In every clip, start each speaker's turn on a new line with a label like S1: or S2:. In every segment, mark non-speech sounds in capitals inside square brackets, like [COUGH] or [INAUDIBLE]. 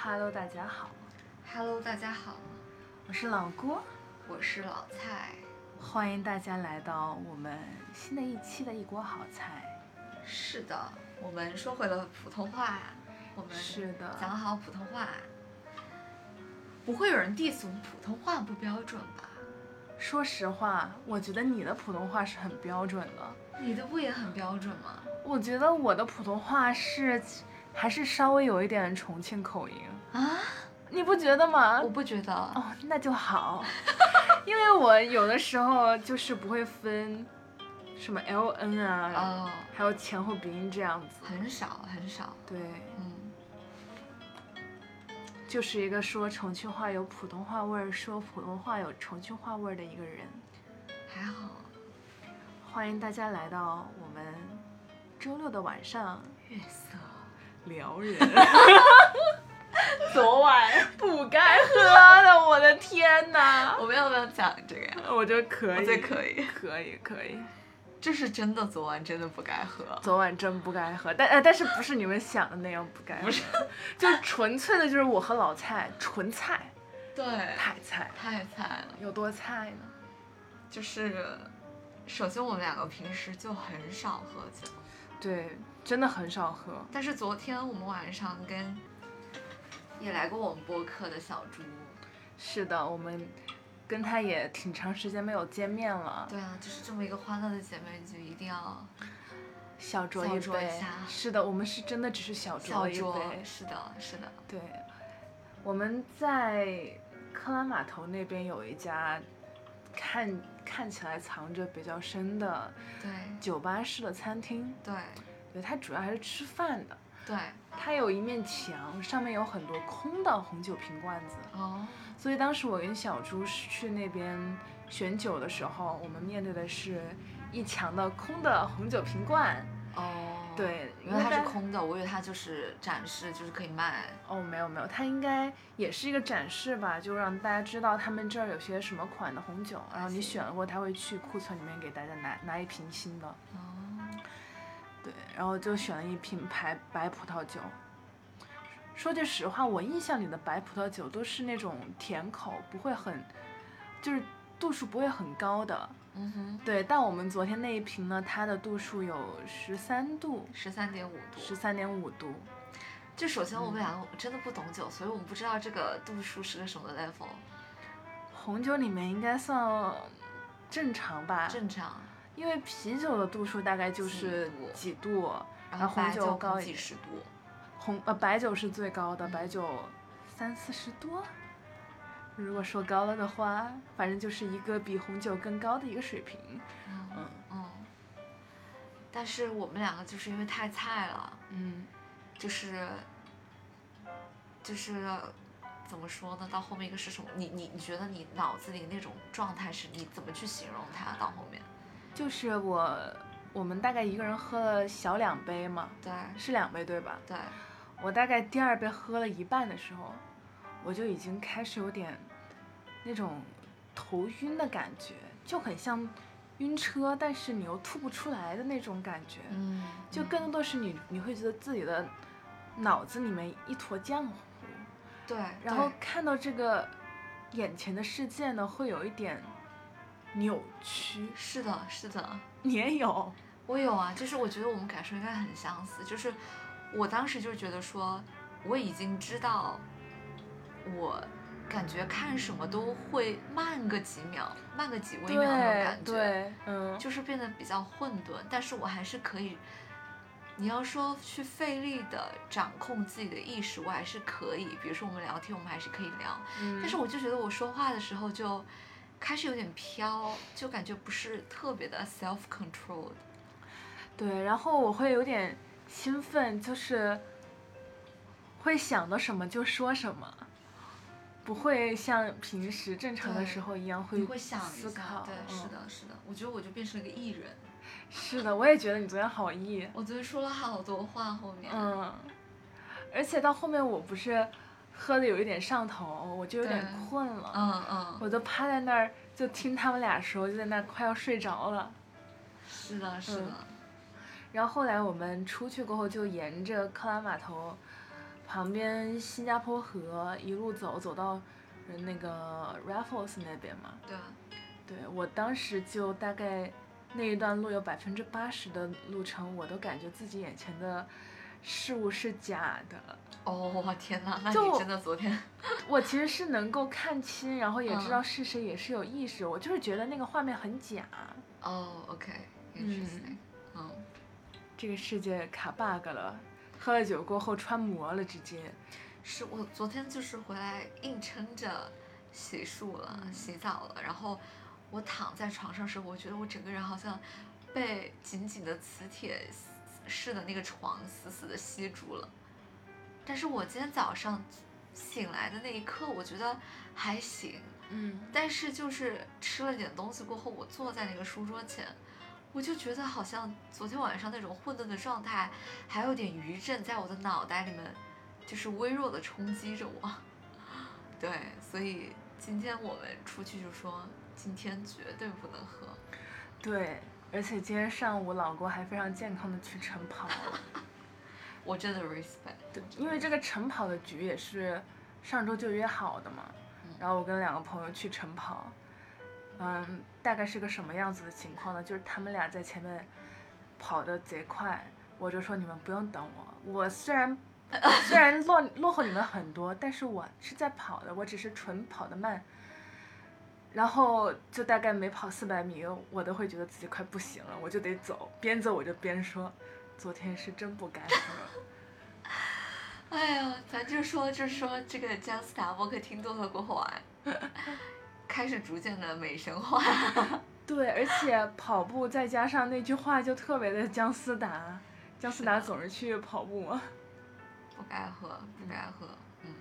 S1: Hello，大家好，
S2: Hello，大家好，
S1: 我是老郭，
S2: 我是老蔡。
S1: 欢迎大家来到我们新的一期的一锅好菜。
S2: 是的，我们说回了普通话，我们
S1: 是的
S2: 讲好普通话。不会有人 diss 我们普通话不标准吧？
S1: 说实话，我觉得你的普通话是很标准的，
S2: 你的不也很标准吗？
S1: 我觉得我的普通话是还是稍微有一点重庆口音，
S2: 啊，
S1: 你不觉得吗
S2: 我？不觉得。
S1: 哦，那就好， [LAUGHS] 因为我有的时候就是不会分什么 L N 啊，
S2: 哦，
S1: 还有前后鼻音这样子。
S2: 很少很少。
S1: 对，
S2: 嗯，
S1: 就是一个说重庆话有普通话味儿，说普通话有重庆话味儿的一个人。
S2: 还好。
S1: 欢迎大家来到我们周六的晚上
S2: 月色。
S1: 撩人。 [LAUGHS] 昨晚不该喝的，我的天哪！
S2: 我们要不要讲这个呀？
S1: 我觉得可
S2: 我
S1: 以，
S2: 觉得可以
S1: 可以，可以。
S2: 这是真的，昨晚真的不该喝。
S1: 昨晚真不该喝，但呃，但是不是你们想的那样不该喝，
S2: 不是，
S1: [LAUGHS] 就是纯粹的，就是我和老蔡纯菜，
S2: 对，
S1: 太菜，
S2: 太惨了。
S1: 有多菜呢？
S2: 就是，首先我们两个平时就很少喝酒，
S1: 对，真的很少喝。
S2: 但是昨天我们晚上跟也来过我们播客的小猪，
S1: 是的，我们跟他也挺长时间没有见面了，
S2: 对啊，就是这么一个欢乐的姐妹局，一定要
S1: 小酌一
S2: 小酌一
S1: 杯
S2: 下。
S1: 是的，我们是真的只是小酌
S2: 小
S1: 了一杯
S2: 酌。。是的，是的，
S1: 对，我们在克拉码头那边有一家看看起来藏着比较深的
S2: 对
S1: 酒吧式的餐厅。
S2: 对
S1: 对，它主要还是吃饭的。
S2: 对，
S1: 它有一面墙，上面有很多空的红酒瓶罐子，
S2: 哦，
S1: 所以当时我跟小猪是去那边选酒的时候，我们面对的是一墙的空的红酒瓶罐。
S2: 哦，，
S1: 对，
S2: 因为它
S1: 应
S2: 是
S1: 该。
S2: 空的，我以为它就是展示，就是可以卖，
S1: 哦，没有没有，它应该也是一个展示吧，就让大家知道他们这儿有些什么款的红酒，然后你选了过，他会去库存里面给大家拿拿一瓶新的。
S2: 哦，
S1: 对，然后就选了一瓶白白葡萄酒。说句实话，我印象里的白葡萄酒都是那种甜口，不会很，就是度数不会很高的。
S2: 嗯哼，
S1: 对，但我们昨天那一瓶呢，它的度数有十三度，
S2: 十三点五度，嗯
S1: 十三点五度。
S2: 就首先我们两个真的不懂酒，所以我们不知道这个度数是个什么 level，
S1: 红酒里面应该算正常吧，
S2: 正常。
S1: 因为啤酒的度数大概就是几度，然
S2: 然后
S1: 后
S2: 白
S1: 红
S2: 酒
S1: 酒
S2: 可
S1: 高
S2: 能
S1: 一
S2: 几
S1: 点，
S2: 十度，
S1: 红呃白酒是最高的，
S2: 嗯
S1: 白酒三四十多。如果说高了的话，反正就是一个比红酒更高的一个水平。
S2: 嗯
S1: 嗯
S2: 嗯。但是我们两个就是因为太菜了，
S1: 嗯，
S2: 就是就是怎么说呢？到后面一个是什么？你你你觉得你脑子里那种状态是你怎么去形容它？到后面，
S1: 就是我我们大概一个人喝了小两杯嘛，
S2: 对
S1: 是两杯对吧？
S2: 对，
S1: 我大概第二杯喝了一半的时候，我就已经开始有点那种头晕的感觉，就很像晕车，但是你又吐不出来的那种感觉。
S2: 嗯，
S1: 就
S2: 嗯
S1: 更多是你你会觉得自己的脑子里面一坨浆糊，
S2: 对，
S1: 然后
S2: 对
S1: 看到这个眼前的世界呢，会有一点扭曲。 [LAUGHS]
S2: 是的，是的，
S1: 你也有，
S2: 我有啊，就是我觉得我们感受应该很相似，就是我当时就觉得说，我已经知道，我感觉看什么都会慢个几秒，慢个几微秒那种
S1: 对
S2: 感觉，
S1: 对，嗯，
S2: 就是变得比较混沌，但是我还是可以。你要说去费力的掌控自己的意识，我还是可以。比如说我们聊天，我们还是可以聊，但是
S1: 我
S2: 我就觉得我说话的时候就开始有点飘，就感觉不是特别的 self controlled。
S1: 对，然后我会有点兴奋，就是会想到什么就说什么。不会像平时正常的
S2: 对
S1: 时候一样会
S2: 你会想一
S1: 嗯思
S2: 下，
S1: 考，
S2: 对，是
S1: 嗯，
S2: 的，是的。我觉得我就变成了一个艺人，
S1: 是的，我也觉得你昨天好意，
S2: 我昨天说了好多话，后面，
S1: 嗯，而且到后面我不是喝的有一点上头，我就有点
S2: 对
S1: 困了，
S2: 嗯嗯，
S1: 我就趴在那儿就听他们俩说，就在那儿快要睡着了。
S2: 是的，
S1: 嗯
S2: 是的，
S1: 然后后来我们出去过后，就沿着克拉码头旁边新加坡河一路走走到呃那个 Raffles 那边嘛。
S2: 对，啊
S1: 对我当时就大概那一段路有百分之八十的路程，我都感觉自己眼前的事物是假的。
S2: 哦天哪，那
S1: 就
S2: 你真的昨天， [LAUGHS]
S1: 我其实是能够看清，然后也知道
S2: 嗯
S1: 是谁，也是有意识。我就是觉得那个画面很假，
S2: 哦，OK，interesting，嗯，
S1: 这个世界卡 bug 了。喝了酒过后穿模了，直接。
S2: 是我昨天就是回来硬撑着洗漱了、
S1: 嗯
S2: 洗澡了，然后我躺在床上时候，我觉得我整个人好像被紧紧的磁铁似的那个床死死的吸住了。但是我今天早上醒来的那一刻，我觉得还行，
S1: 嗯，
S2: 但是就是吃了点东西过后，我坐在那个书桌前，我就觉得好像昨天晚上那种混沌的状态，还有点余震在我的脑袋里面，就是微弱的冲击着我。 [LAUGHS] 对，所以今天我们出去就说，今天绝对不能喝。
S1: 对。而且今天上午，老郭还非常健康的去晨跑了。
S2: 我真的 respect，
S1: 对，因为这个晨跑的局也是上周就约好的嘛，
S2: 嗯
S1: 然后我跟两个朋友去晨跑，嗯，大概是个什么样子的情况呢？就是他们俩在前面跑得贼快，我就说你们不用等我，我虽然虽然落落后你们很多，但是我是在跑的，我只是纯跑得慢。然后就大概每跑四百米，我都会觉得自己快不行了，我就得走，边走我就边说，昨天是真不该喝。
S2: 哎呀，咱就说就说这个姜思达沃克听多了过后啊， [LAUGHS] 开始逐渐的美神化。
S1: 对，而且跑步再加上那句话就特别的姜思达，姜思
S2: 是
S1: 达
S2: 的
S1: 总是去跑步嘛。
S2: 不该喝，不该喝，嗯。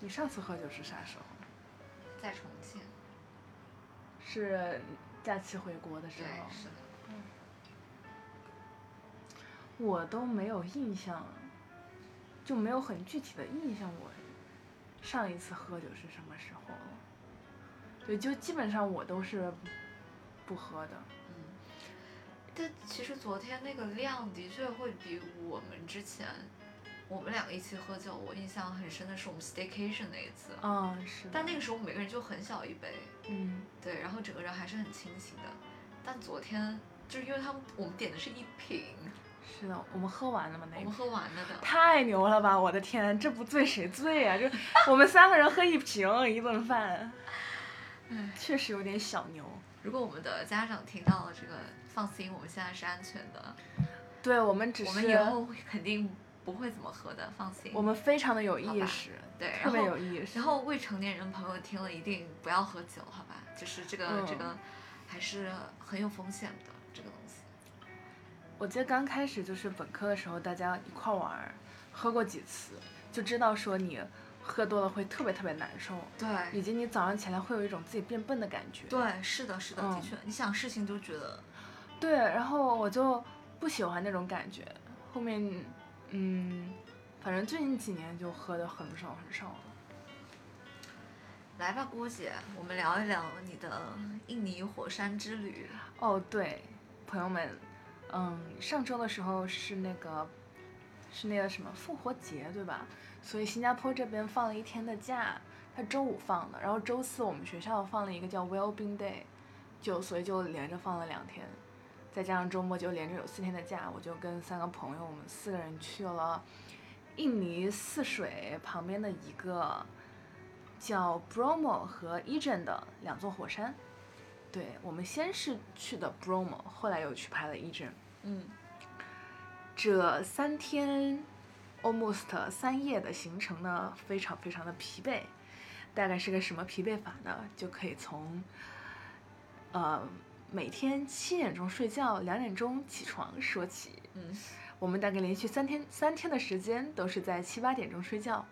S1: 你上次喝酒是啥时候？
S2: 在重庆，
S1: 是假期回国的时
S2: 对，
S1: 候，
S2: 是的。
S1: 我都没有印象，就没有很具体的印象我上一次喝酒是什么时候了。对，就基本上我都是不喝的。
S2: 嗯，但其实昨天那个量的确会比我们之前，我们两个一起喝酒，我印象很深的是我们 staycation 那一次，
S1: 嗯，是的。
S2: 但那个时候每个人就很小一杯，
S1: 嗯，
S2: 对，然后整个人还是很清醒的。但昨天就是因为他们我们点的是一瓶，
S1: 是的，我们喝完了吗？那
S2: 我
S1: 一
S2: 们喝完了的，
S1: 太牛了吧！我的天，这不醉谁醉呀、这我们三个人喝一瓶一顿饭，
S2: 唉。
S1: 确实有点小牛。
S2: 如果我们的家长听到了这个，放心，我们现在是安全的，
S1: 对我们只是
S2: 我们以后会肯定不会怎么喝的，放心。
S1: 我们非常的有
S2: 好
S1: 意
S2: 吧
S1: 识，
S2: 对，然
S1: 特
S2: 后
S1: 别有意识。
S2: 然后未成年人朋友听了一定不要喝酒，好吧？就是这个、
S1: 嗯这
S2: 这
S1: 个
S2: 个还是很有风险的这个东西。
S1: 我记得刚开始就是本科的时候，大家一块儿玩儿，喝过几次，就知道说你喝多了会特别特别难受，以
S2: 对，
S1: 及你早上起来会有一种自己变笨的感觉。
S2: 对，是的，是的，
S1: 嗯
S2: 的确，你想事情就觉得，
S1: 对，然后我就不喜欢那种感觉。后面，嗯，反正最近几年就喝的很少很少了。
S2: 来吧，郭姐，我们聊一聊你的印尼火山之旅。
S1: 哦，对，朋友们，嗯，上周的时候是那个，是那个什么复活节，对吧？所以新加坡这边放了一天的假，他周五放的，然后周四我们学校放了一个叫 Wellbeing Day，就所以就连着放了两天，再加上周末就连着有四天的假，我就跟三个朋友，我们四个人去了印尼泗水旁边的一个叫 Bromo 和 Ijen 的两座火山。对，我们先是去的 Bromo，后来又去拍了 Ijen。
S2: 嗯，
S1: 这三天，almost 三夜的行程呢，非常非常的疲惫。大概是个什么疲惫法呢？就可以从，呃，每天七点钟睡觉，两点钟起床说起。
S2: 嗯，
S1: 我们大概连续三天三天的时间都是在七八点钟睡觉，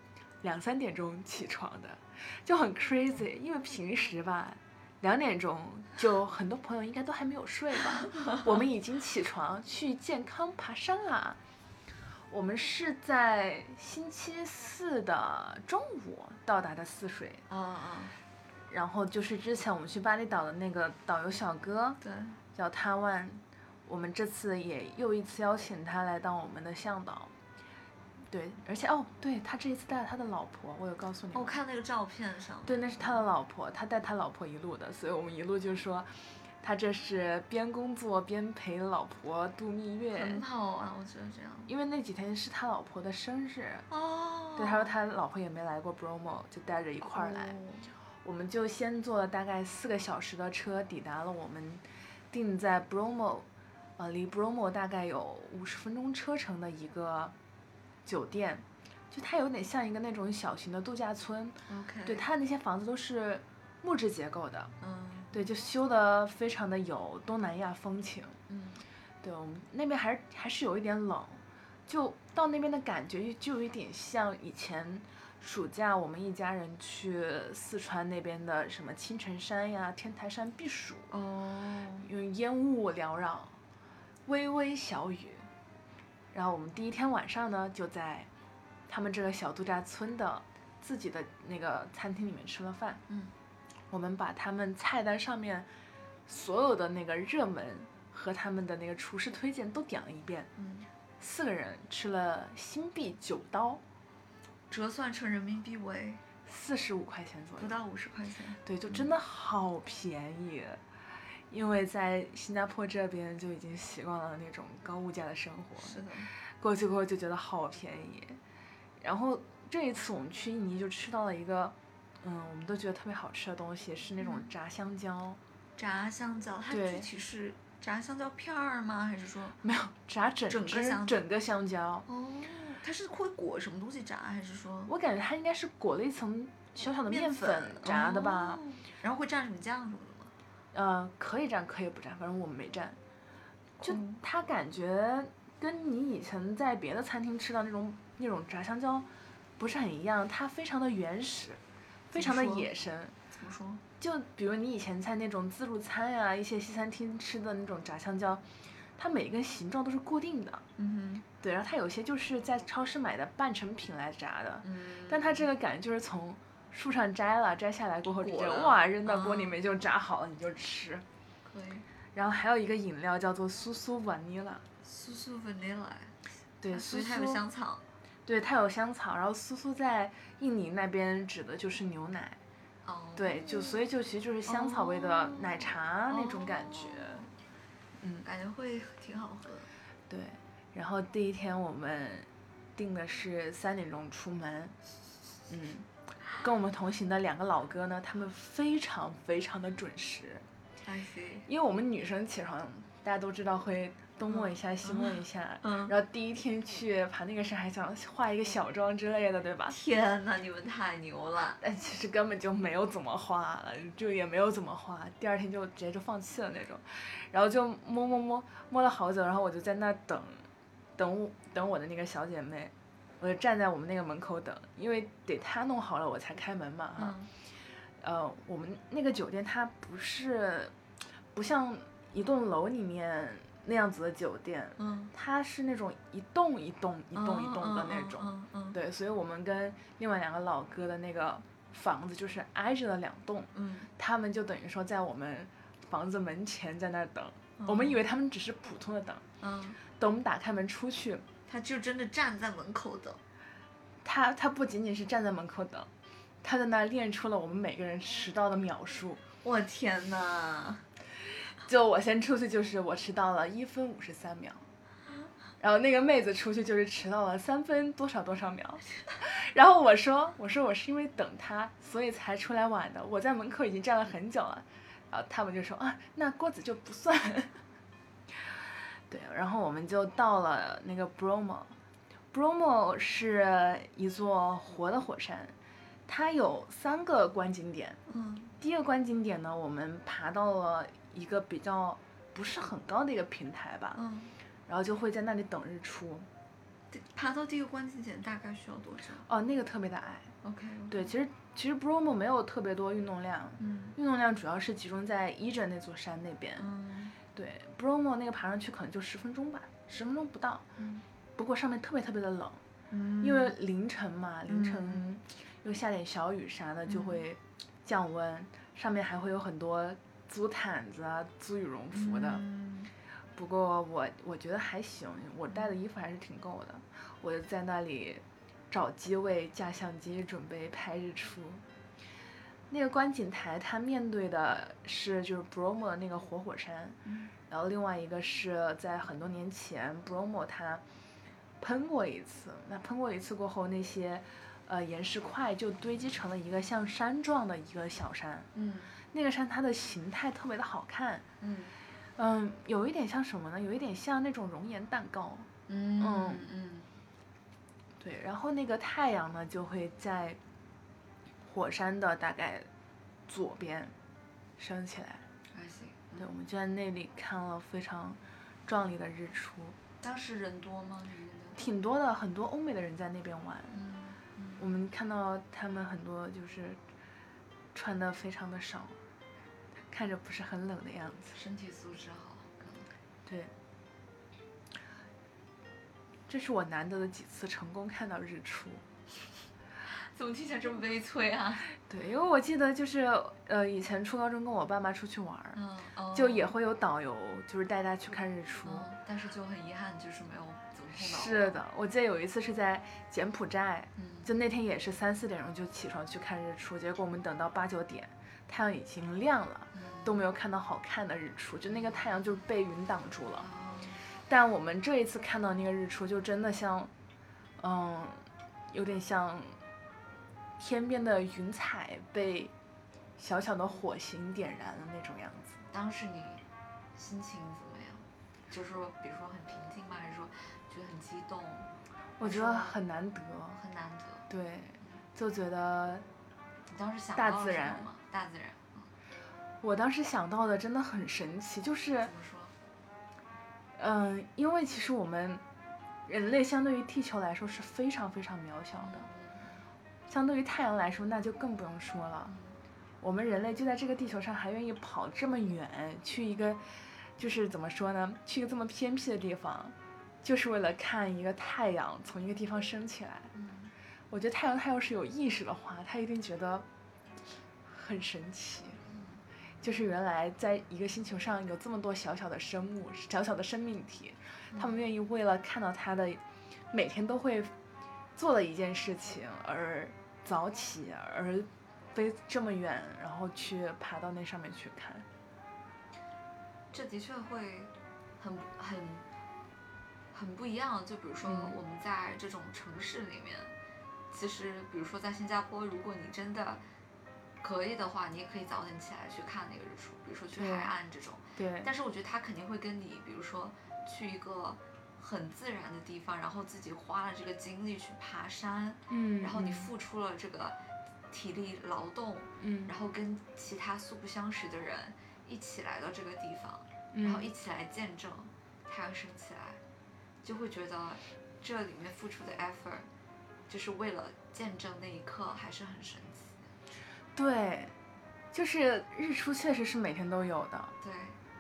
S1: 两三点钟起床的，就很 crazy。因为平时吧，两点钟就很多朋友应该都还没有睡吧，我们已经起床去健康爬山啦。我们是在星期四的中午到达的泗水，
S2: 啊、嗯、
S1: 然后就是之前我们去巴厘岛的那个导游小哥
S2: 对，
S1: 叫他万，我们这次也又一次邀请他来当我们的向导。对，而且哦，对他这一次带了他的老婆，我有告诉你
S2: 哦我
S1: 吗
S2: 看那个照片上，
S1: 对，那是他的老婆，他带他老婆一路的，所以我们一路就说，他这是边工作边陪老婆度蜜月
S2: 很，好啊，我觉得这样。
S1: 因为那几天是他老婆的生日，
S2: 哦，
S1: 对，他说他老婆也没来过 Bromo，就带着一块儿来，
S2: 哦
S1: 我们就先坐了大概四个小时的车，抵达了我们定在 Bromo，呃，离 Bromo 大概有五十分钟车程的一个酒店，就它有点像一个那种小型的度假村，
S2: OK，
S1: 对，它的那些房子都是木质结构的，
S2: 嗯
S1: 对，就修的非常的有东南亚风情。
S2: 嗯，
S1: 对我们那边还是还是有一点冷，就到那边的感觉就有一点像以前暑假我们一家人去四川那边的什么青城山呀、天台山避暑，
S2: 哦，
S1: 用烟雾缭绕，微微小雨。然后我们第一天晚上呢，就在他们这个小度假村的自己的那个餐厅里面吃了饭。
S2: 嗯，
S1: 我们把他们菜单上面所有的那个热门和他们的那个厨师推荐都点了一遍。
S2: 嗯，
S1: 四个人吃了新币九刀，
S2: 折算成人民币为
S1: 四十五块钱左
S2: 不
S1: 右。
S2: 到五十块钱。
S1: 对，就真的好便宜，因为在新加坡这边就已经习惯了那种高物价的生活，
S2: 是的，
S1: 过去过后就觉得好便宜。然后这一次我们去印尼就吃到了一个，嗯，我们都觉得特别好吃的东西，是那种
S2: 嗯
S1: 炸香蕉，
S2: 炸香蕉，它
S1: 对
S2: 具体是炸香蕉片儿吗？还是说，
S1: 没有炸整
S2: 整个
S1: 只
S2: 香蕉
S1: 整个香蕉，
S2: 哦，它是会裹什么东西炸，还是说
S1: 我感觉它应该是裹了一层小小的面粉炸的吧。
S2: 哦然后会蘸什么酱什么的吗？
S1: 呃，可以蘸，可以不蘸，反正我们没蘸。就
S2: 嗯
S1: 它感觉跟你以前在别的餐厅吃到那种那种炸香蕉不是很一样，它非常的原始，非
S2: 怎
S1: 常
S2: 么
S1: 的
S2: 说
S1: 野生。
S2: 怎么说？
S1: 就比如你以前在那种自助餐呀、一些西餐厅吃的那种炸香蕉，它每一根形状都是固定的，
S2: 嗯
S1: 对，然后它有些就是在超市买的半成品来炸的
S2: 哼，，嗯，
S1: 但它这个感觉就是从树上摘了，摘下来过后直
S2: 裹
S1: 接
S2: 了
S1: 哇扔到锅里
S2: 啊
S1: 面就炸好了，你就吃。
S2: 可以
S1: 然后还有一个饮料叫做苏苏瓦尼拉，
S2: 苏苏 vanilla，
S1: 对，
S2: 啊所
S1: 苏
S2: 以它有
S1: 苏，
S2: 香草。
S1: 对，它有香草。然后苏苏在印尼那边指的就是牛奶，
S2: 哦，
S1: 对，就所以就其实就是香草味的奶茶那种感觉，
S2: 哦
S1: 嗯，
S2: 感觉会挺好喝的。
S1: 对。然后第一天我们定的是三点钟出门，嗯，跟我们同行的两个老哥呢，他们非常非常的准时，
S2: I see。
S1: 因为我们女生起床，大家都知道会东摸一下西摸一下，
S2: 嗯，
S1: 然后第一天去爬那个山，还想化一个小妆之类的，对吧？
S2: 天呐，你们太牛了！
S1: 但其实根本就没有怎么化了，就也没有怎么化。第二天就直接就放弃了那种，然后就摸摸摸摸了好久，然后我就在那儿等，等我等我的那个小姐妹，我就站在我们那个门口等，因为得她弄好了我才开门嘛哈。
S2: 嗯，
S1: 呃，我们那个酒店它不是不像一栋楼里面那样子的酒店，
S2: 嗯，
S1: 它是那种一栋一栋一栋一栋的那种。
S2: 嗯嗯
S1: 对，所以我们跟另外两个老哥的那个房子就是挨着了两栋，
S2: 嗯，
S1: 他们就等于说在我们房子门前在那儿等，
S2: 嗯
S1: 我们以为他们只是普通的等，
S2: 嗯，
S1: 等我们打开门出去，
S2: 他就真的站在门口等。
S1: 他他不仅仅是站在门口等，他在那儿练出了我们每个人迟到的秒数。
S2: 我天呐，
S1: 就我先出去就是我迟到了一分五十三秒，然后那个妹子出去就是迟到了三分多少多少秒，然后我说我说我是因为等她所以才出来晚的，我在门口已经站了很久了，然后他们就说啊那郭子就不算， [LAUGHS] 对，然后我们就到了那个 Bromo。Bromo 是一座活的火山，它有三个观景点，
S2: 嗯
S1: 第一个观景点呢，我们爬到了一个比较不是很高的一个平台吧，
S2: 嗯，
S1: 然后就会在那里等日出。
S2: 对爬到第一个关键点大概需要多久
S1: 哦，那个特别的矮。
S2: ？OK。
S1: 对，其实其实 Bromo 没有特别多运动量，
S2: 嗯
S1: 运动量主要是集中在伊镇那座山那边。
S2: 嗯
S1: 对，Bromo 那个爬上去可能就十分钟吧，十分钟不到。
S2: 嗯
S1: 不过上面特别特别的冷，
S2: 嗯，
S1: 因为凌晨嘛，凌晨
S2: 嗯
S1: 又下点小雨啥的，就
S2: 嗯
S1: 会降温。上面还会有很多租毯子啊、租羽绒服的。
S2: 嗯
S1: 不过我我觉得还行，我带的衣服还是挺够的。我就在那里找机位架相机，准备拍日出。那个观景台它面对的是就是 Bromo 的那个活火山，
S2: 嗯
S1: 然后另外一个是在很多年前 Bromo 它喷过一次，那喷过一次过后，那些呃岩石块就堆积成了一个像山状的一个小山。
S2: 嗯
S1: 那个山它的形态特别的好看，
S2: 嗯
S1: 嗯，有一点像什么呢？有一点像那种熔岩蛋糕。
S2: 嗯嗯
S1: 对，然后那个太阳呢就会在火山的大概左边升起来。
S2: 还行。
S1: 对，我们就在那里看了非常壮丽的日出，
S2: 当时人多吗？你们那边
S1: 挺多的，很多欧美的人在那边玩。
S2: 嗯
S1: 我们看到他们很多就是穿的非常的少，看着不是很冷的样子。
S2: 身体素质好，可能
S1: 对，这是我难得的几次成功看到日出。
S2: 怎么听起来这么悲催啊？
S1: 对，因为我记得就是呃，以前初高中跟我爸妈出去玩儿，
S2: 嗯，哦
S1: 就也会有导游就是带大家去看日出。
S2: 嗯，但是就很遗憾，就是没有怎么碰到。
S1: 是，的，我记得有一次是在柬埔寨，
S2: 嗯，
S1: 就那天也是三四点钟就起床去看日出，结果我们等到八九点，太阳已经亮了，
S2: 嗯
S1: 都没有看到好看的日出，就那个太阳就是被云挡住了。
S2: 哦
S1: 但我们这一次看到那个日出，就真的像，嗯，有点像天边的云彩被小小的火星点燃的那种样子。
S2: 当时你心情怎么样？就是说，比如说很平静吗？还是说觉得很激动？
S1: 我觉得很难得，
S2: 很难得。
S1: 对，就觉得
S2: 你当时想
S1: 大
S2: 到了
S1: 自
S2: 什么
S1: 然
S2: 吗？大自然。嗯
S1: 我当时想到的真的很神奇，就是
S2: 怎么说？
S1: 嗯，因为其实我们人类相对于地球来说是非常非常渺小的，相对于太阳来说那就更不用说
S2: 嗯
S1: 了。我们人类就在这个地球上还愿意跑这么远去一个，就是怎么说呢，去一个这么偏僻的地方，就是为了看一个太阳从一个地方升起来。
S2: 嗯，
S1: 我觉得太阳它要是有意识的话，它一定觉得很神奇。就是原来在一个星球上有这么多小小的生物、小小的生命体，
S2: 嗯
S1: 他们愿意为了看到它的，每天都会做的一件事情而早起，而飞这么远，然后去爬到那上面去看。
S2: 这的确会很很很不一样。就比如说
S1: 嗯
S2: 我们在这种城市里面，其实比如说在新加坡，如果你真的可以的话，你也可以早点起来去看那个日出，比如说去
S1: 对
S2: 海岸这种。
S1: 对，
S2: 但是我觉得他肯定会跟你，比如说去一个很自然的地方，然后自己花了这个精力去爬山，
S1: 嗯
S2: 然后你付出了这个体力劳动，
S1: 嗯，
S2: 然后跟其他素不相识的人一起来到这个地方，
S1: 嗯
S2: 然后一起来见证太阳升起来，就会觉得这里面付出的 effort，就是为了见证那一刻，还是很神奇的。
S1: 对，就是日出确实是每天都有的，
S2: 对，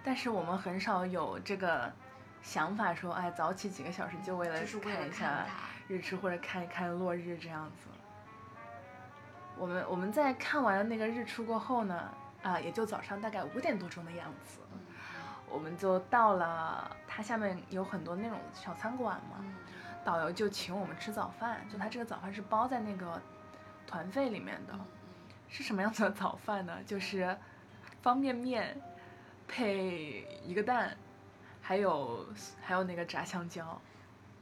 S1: 但是我们很少有这个想法说，哎，早起几个小时就为了
S2: 就是为了
S1: 一
S2: 看
S1: 下
S2: 它。
S1: 日出或者看一看落日这样子。我们我们在看完了那个日出过后呢，啊，也就早上大概五点多钟的样子，
S2: 嗯
S1: 我们就到了它下面有很多那种小餐馆嘛，
S2: 嗯
S1: 导游就请我们吃早饭，就他这个早饭是包在那个团费里面的。
S2: 嗯
S1: 是什么样子的早饭呢？就是方便面配一个蛋，还有还有那个炸香蕉，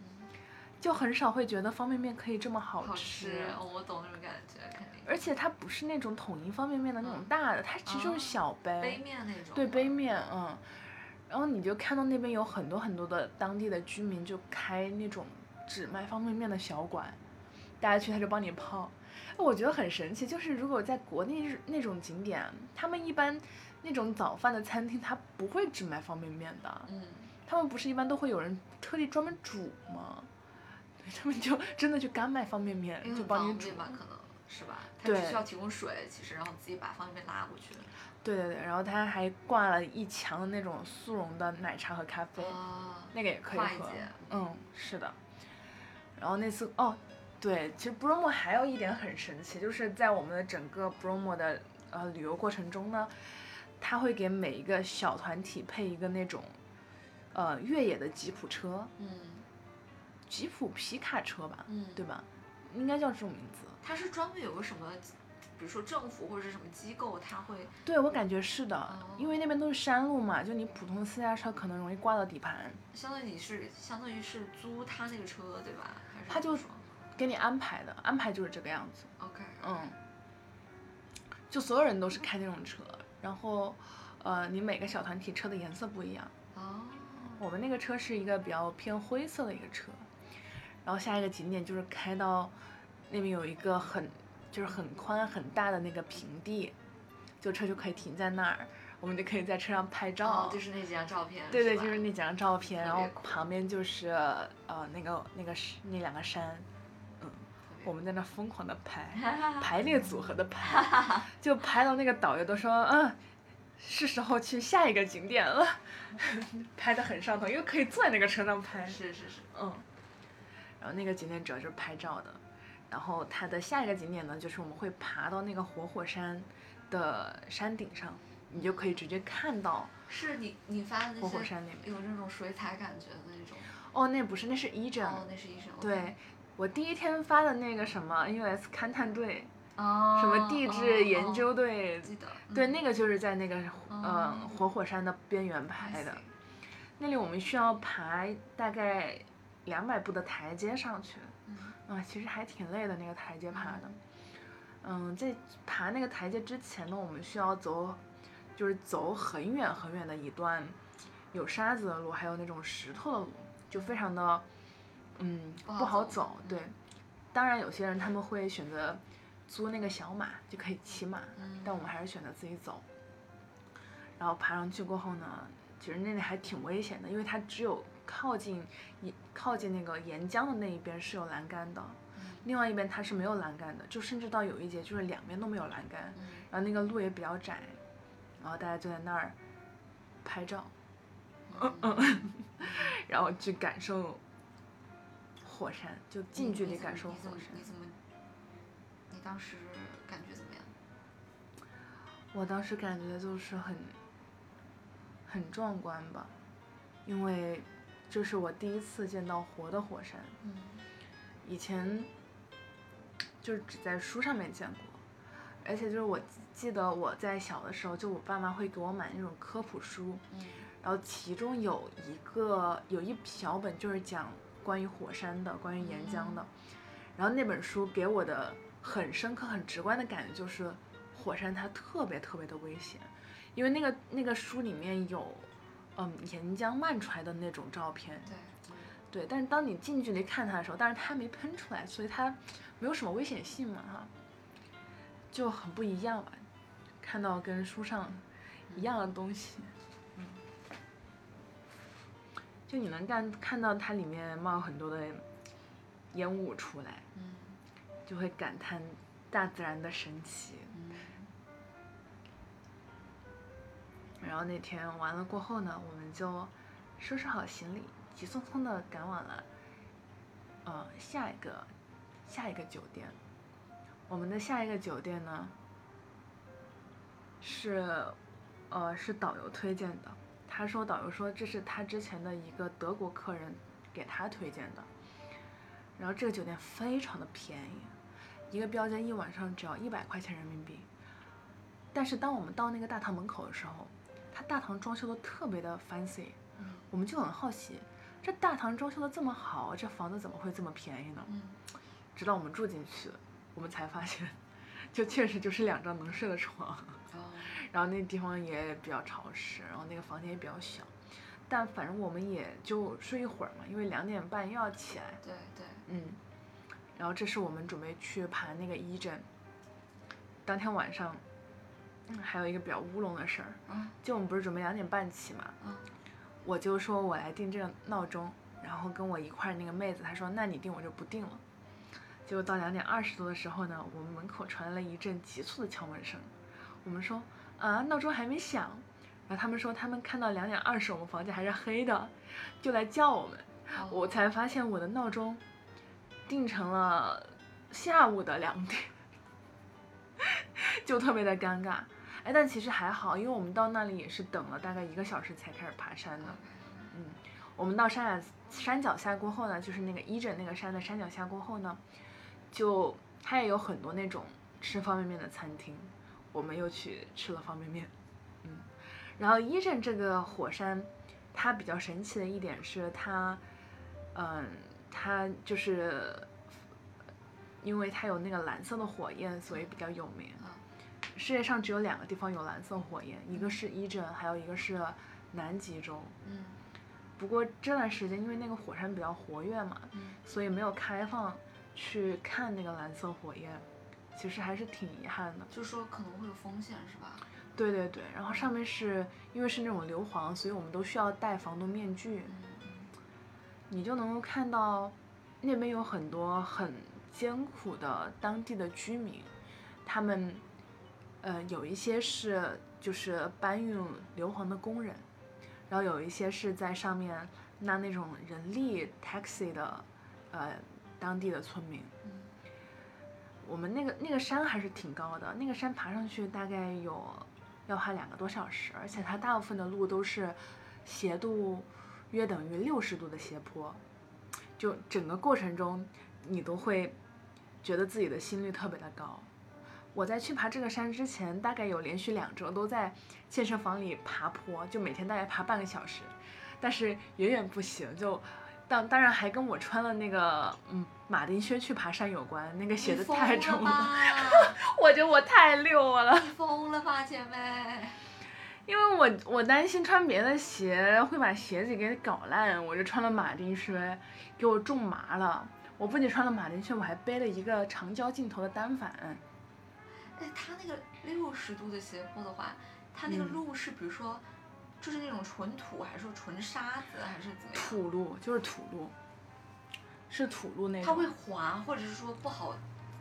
S2: 嗯
S1: 就很少会觉得方便面可以这么
S2: 嗯，
S1: 好
S2: 好
S1: 吃。
S2: 吃，哦我懂那种感觉，肯定。
S1: 而且它不是那种统一方便面的那种
S2: 嗯
S1: 大的，它其实就是
S2: 哦
S1: 小杯，
S2: 杯面那种吗，
S1: 对杯面，嗯。然后你就看到那边有很多很多的当地的居民就开那种只卖方便面的小馆，大家去他就帮你泡。哎我觉得很神奇，就是如果在国内日那种景点，他们一般那种早饭的餐厅，他不会只卖方便面的，
S2: 嗯，
S1: 他们不是一般都会有人特地专门煮吗？ [LAUGHS] 对他们就真的就干卖方便面
S2: 因为，
S1: 就
S2: 很
S1: 帮
S2: 嗯方
S1: 你煮
S2: 便。吧，可能是吧？它
S1: 对
S2: 只需要提供水，其实然后自己把方便面拉过去。
S1: 对对对，然后他还挂了一墙的那种速溶的奶茶和咖啡。
S2: 啊，
S1: 那个也可以
S2: 快
S1: 喝
S2: 捷。
S1: 嗯，是的。然后那次哦，对，其实 Bromo 还有一点很神奇，就是在我们的整个 Bromo 的呃旅游过程中呢，他会给每一个小团体配一个那种呃越野的吉普车，
S2: 嗯
S1: 吉普皮卡车吧，
S2: 嗯，
S1: 对吧？应该叫这种名字。
S2: 它是专门有个什么，比如说政府或者是什么机构，它会
S1: 对，我感觉是的
S2: 哦，
S1: 因为那边都是山路嘛，就你普通私家车可能容易刮到底盘，
S2: 相当于你是相当于是租他那个车对吧？还是
S1: 它就
S2: 怎么
S1: 给你安排的，安排就是这个样子。
S2: 说 OK，
S1: 嗯，就所有人都是开那种车，然后，呃，你每个小团体车的颜色不一样。
S2: 哦，
S1: 我们那个车是一个比较偏灰色的一个车，然后下一个景点就是开到那边有一个很就是很宽很大的那个平地，就车就可以停在那儿，我们就可以在车上拍照。
S2: 哦，就是那几张照片，
S1: 对对，
S2: 吧
S1: 就是那几张照片，
S2: 特
S1: 然
S2: 别
S1: 后
S2: 酷
S1: 旁边就是呃那个那个是那两个山，
S2: 特别
S1: 我们在那疯狂的
S2: [LAUGHS]
S1: 拍，排列组合的拍，就拍到那个导游都说，嗯，是时候去下一个景点了， [LAUGHS] 拍的很上头，因为可以坐在那个车上拍，
S2: 是是是，
S1: 嗯，然后那个景点主要就是拍照的，然后它的下一个景点呢，就是我们会爬到那个活火山的山顶上，你就可以直接看到
S2: 是你你发
S1: 活
S2: 的那
S1: 火
S2: 些
S1: 山那边。
S2: 有那种水彩感觉的那种，
S1: 哦，那不是，那是一镇。
S2: 哦，那是医生，
S1: 对，我第一天发的那个什么 NUS 勘探队，
S2: 哦，
S1: 什么地质研
S2: 哦，
S1: 究队
S2: 哦，记得，
S1: 对，
S2: 嗯
S1: 那个就是在那个呃
S2: 哦
S1: 活火山的边缘拍
S2: 嗯
S1: 的。那里我们需要爬大概两百步的台阶上去，
S2: 嗯
S1: 啊，其实还挺累的那个台阶爬的。嗯，在爬那个台阶之前呢，我们需要走，就是走很远很远的一段有沙子的路，还有那种石头的路，就非常的，嗯，
S2: 不
S1: 不
S2: 好
S1: 好
S2: 走
S1: 走。对，当然有些人他们会选择租那个小马，就可以骑马，
S2: 嗯，
S1: 但我们还是选择自己走。然后爬上去过后呢，其实那里还挺危险的，因为它只有靠近一靠近那个沿江的那一边是有栏杆的，
S2: 嗯
S1: 另外一边它是没有栏杆的，就甚至到有一节就是两边都没有栏杆，
S2: 嗯
S1: 然后那个路也比较窄，然后大家就在那儿拍照，
S2: 嗯，
S1: 然后去感受火山，就近距离感受
S2: 你怎
S1: 火
S2: 么
S1: 山。
S2: 你怎么你当时感觉怎么样？
S1: 我当时感觉就是很很壮观吧，因为这是我第一次见到活的火山，
S2: 嗯
S1: 以前就是只在书上面见过，而且就是我记得我在小的时候，就我爸妈会给我买那种科普书，
S2: 嗯
S1: 然后其中有一个有一小本就是讲关于火山的，关于岩浆的，然后那本书给我的很深刻、很直观的感觉就是，火山它特别特别的危险，因为那个那个书里面有，嗯，岩浆漫出来的那种照片，
S2: 对，
S1: 对，但是当你近距离看它的时候，但是它没喷出来，所以它没有什么危险性嘛哈，就很不一样吧，看到跟书上一样的东西，嗯，就你能看看到它里面冒很多的烟雾出来，
S2: 嗯
S1: 就会感叹大自然的神奇。
S2: 嗯
S1: 然后那天完了过后呢，我们就收拾好行李，急匆匆的赶往了，呃，下一个下一个酒店。我们的下一个酒店呢，是呃是导游推荐的。他说导游说这是他之前的一个德国客人给他推荐的。然后这个酒店非常的便宜，一个标间一晚上只要一百块钱人民币。但是当我们到那个大堂门口的时候，它大堂装修的特别的 fancy，
S2: 嗯
S1: 我们就很好奇，这大堂装修的这么好，这房子怎么会这么便宜呢？
S2: 嗯
S1: 直到我们住进去，我们才发现，就确实就是两张能睡的床，
S2: 哦
S1: 然后那地方也比较潮湿，然后那个房间也比较小，但反正我们也就睡一会儿嘛，因为两点半又要起来，
S2: 对对，
S1: 嗯，然后这是我们准备去爬那个一镇，当天晚上，嗯还有一个比较乌龙的事儿，
S2: 嗯
S1: 就我们不是准备两点半起嘛，
S2: 嗯
S1: 我就说我来定这个闹钟，然后跟我一块儿那个妹子她说那你定我就不定了，结果到两点二十多的时候呢，我们门口传来了一阵急促的敲门声，我们说啊闹钟还没响，然后他们说他们看到两点二十我们房间还是黑的，就来叫我们，
S2: 哦
S1: 我才发现我的闹钟定成了下午的两点，就特别的尴尬。哎，但其实还好，因为我们到那里也是等了大概一个小时才开始爬山的。
S2: OK，
S1: 我们到山脚山脚下过后呢，就是那个依着那个山的山脚下过后呢，就它也有很多那种吃方便面的餐厅，我们又去吃了方便面，嗯，然后依镇这个火山，它比较神奇的一点是它，嗯，它就是因为它有那个蓝色的火焰，所以比较有名。世界上只有两个地方有蓝色火焰，一个是伊镇，还有一个是南极洲。
S2: 嗯
S1: 不过这段时间因为那个火山比较活跃嘛，
S2: 嗯，
S1: 所以没有开放去看那个蓝色火焰，其实还是挺遗憾的。
S2: 就说可能会有风险是吧？
S1: 对对对，然后上面是因为是那种硫磺，所以我们都需要戴防毒面具，
S2: 嗯嗯
S1: 你就能够看到那边有很多很艰苦的当地的居民，他们呃有一些是就是搬运硫磺的工人，然后有一些是在上面拿那种人力 taxi 的呃当地的村民。
S2: 嗯
S1: 我们那个那个山还是挺高的，那个山爬上去大概有要花两个多小时，而且它大部分的路都是斜度约等于六十度的斜坡，就整个过程中你都会觉得自己的心率特别的高。我在去爬这个山之前，大概有连续两周都在健身房里爬坡，就每天大概爬半个小时，但是远远不行，就当当然还跟我穿了那个嗯马丁靴去爬山有关，那个鞋
S2: 你
S1: 子
S2: 疯
S1: 太重了，
S2: 了吧！
S1: [LAUGHS] 我觉得我太溜我了，
S2: 你疯了吧，姐妹？
S1: 因为我我担心穿别的鞋会把鞋子给搞烂，我就穿了马丁靴，给我重麻了。我不仅穿了马丁靴，我还背了一个长焦镜头的单反。
S2: 哎，它那个六十度的斜坡的话，它那个
S1: 嗯
S2: 路是比如说，就是那种纯土，还是说纯沙子，还是怎么样？
S1: 土路就是土路，是土路那种。
S2: 它会滑，或者是说不好，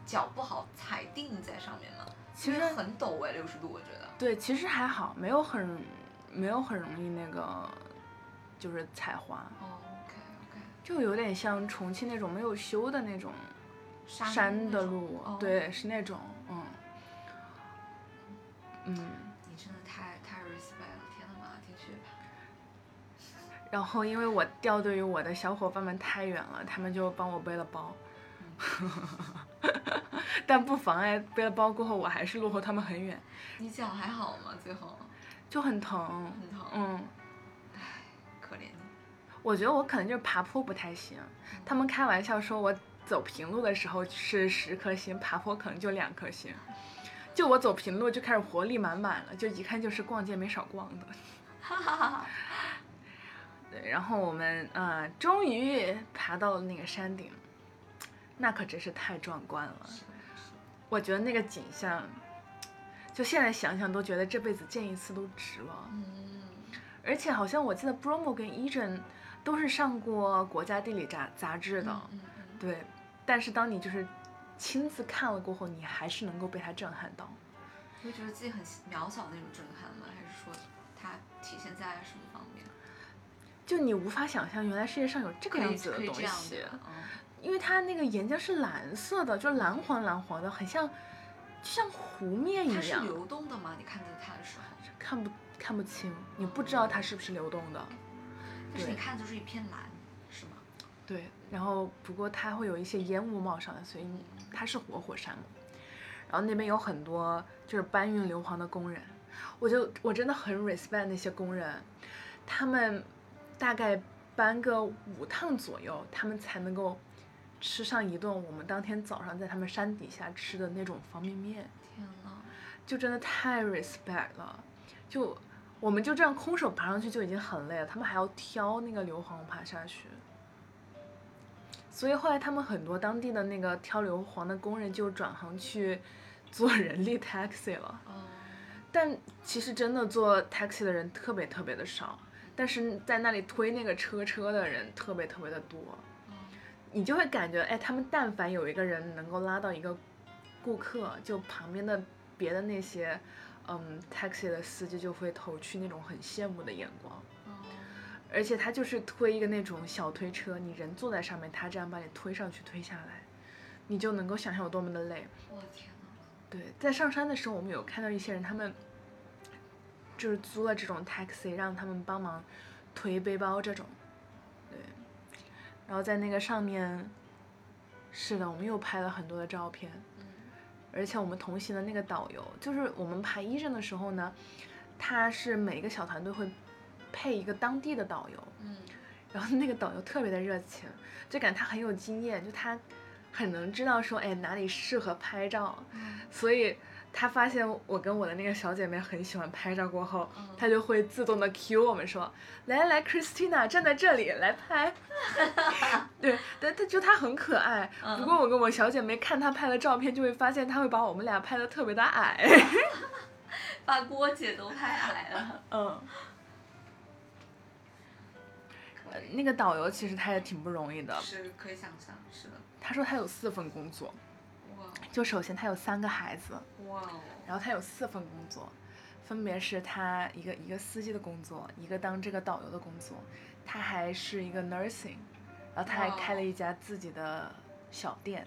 S2: 脚不好踩定在上面吗？
S1: 其
S2: 因
S1: 实
S2: 为很陡哎，六十度，我觉得。
S1: 对，其实还好，没有很没有很容易那个就是踩滑，
S2: 哦，OK OK。
S1: 就有点像重庆那种没有修的那种
S2: 山
S1: 山
S2: 啊那
S1: 的
S2: 种
S1: 路，
S2: 哦、。
S1: 对，是那种，嗯嗯。
S2: 你真的太太 respect 了，天呐，马丁靴吧。
S1: 然后因为我掉队于我的小伙伴们太远了，他们就帮我背了包。 [LAUGHS] 但不妨碍背了包过后，我还是落后他们很远，
S2: 你脚还好吗？最后
S1: 就很疼。
S2: 很疼，
S1: 嗯，
S2: 可怜你。
S1: 我觉得我可能就是爬坡不太行。他们开玩笑说我走平路的时候是十颗星，爬坡可能就两颗星。就我走平路就开始活力满满了，就一看就是逛街没少逛的。
S2: 哈哈哈哈。
S1: 对，然后我们呃终于爬到了那个山顶，那可真是太壮观了。
S2: 是是
S1: 我觉得那个景象，就现在想想都觉得这辈子见一次都值了。
S2: 嗯，
S1: 而且好像我记得 Bromo 跟 Eason 都是上过国家地理杂杂志的，
S2: 嗯嗯
S1: 对。但是当你就是亲自看了过后，你还是能够被它震撼到。
S2: 嗯你会觉得自己很渺小的那种震撼吗？还是说它体现在什么方面？
S1: 就你无法想象，原来世界上有这个
S2: 可
S1: 样
S2: 以
S1: 子的
S2: 可以
S1: 东
S2: 这样
S1: 西，
S2: 的，嗯，
S1: 因为它那个岩浆是蓝色的，就蓝黄蓝黄的，很像，就像湖面
S2: 它
S1: 一
S2: 是
S1: 样，
S2: 流动的吗？你看着它的时候，
S1: 看不看不清，你不知道它是不是流动
S2: 嗯
S1: 的。
S2: 但是
S1: 对
S2: 你看就是一片蓝，是吗？
S1: 对，然后不过它会有一些烟雾冒上来，所以你它是活火山嘛。然后那边有很多就是搬运硫磺的工人，我就我真的很 respect 那些工人，他们大概搬个五趟左右，他们才能够吃上一顿我们当天早上在他们山底下吃的那种方便面，
S2: 天呐，
S1: 就真的太 respect 了。就我们就这样空手爬上去就已经很累了，他们还要挑那个硫磺爬下去。所以后来他们很多当地的那个挑硫磺的工人就转行去做人力 taxi 了，
S2: 嗯，
S1: 但其实真的做 taxi 的人特别特别的少，但是在那里推那个车车的人特别特别的多，
S2: 嗯
S1: 你就会感觉哎，他们但凡有一个人能够拉到一个顾客，就旁边的别的那些嗯 taxi 的司机就会投去那种很羡慕的眼光。
S2: 嗯
S1: 而且它就是推一个那种小推车，你人坐在上面，它这样把你推上去、推下来，你就能够想象有多么的累。
S2: 我的天呐，
S1: 对，在上山的时候，我们有看到一些人，他们就是租了这种 taxi，让他们帮忙推背包这种，对。然后在那个上面，是的，我们又拍了很多的照片，
S2: 嗯
S1: 而且我们同行的那个导游，就是我们排一阵的时候呢，他是每个小团队会配一个当地的导游，
S2: 嗯
S1: 然后那个导游特别的热情，就感觉他很有经验，就他很能知道说，哎，哪里适合拍照，
S2: 嗯
S1: 所以他发现我跟我的那个小姐妹很喜欢拍照，过后
S2: 嗯
S1: 他就会自动的 cue 我们说，来来，Christina 站在这里来拍。 [LAUGHS] 对，但他就他很可爱。
S2: 嗯
S1: 不过我跟我小姐妹看他拍的照片，就会发现他会把我们俩拍的特别的矮。
S2: [LAUGHS] 把郭姐都拍矮了。 [LAUGHS]
S1: 嗯，
S2: 可以，
S1: 那个导游其实他也挺不容易的，
S2: 是可以想象，是的。
S1: 他说他有四份工作，
S2: 哇
S1: 就首先他有三个孩子，
S2: 哇哦，
S1: 然后他有四份工作，分别是他一个一个司机的工作，一个当这个导游的工作，他还是一个 nursing，然后他还开了一家自己的小店。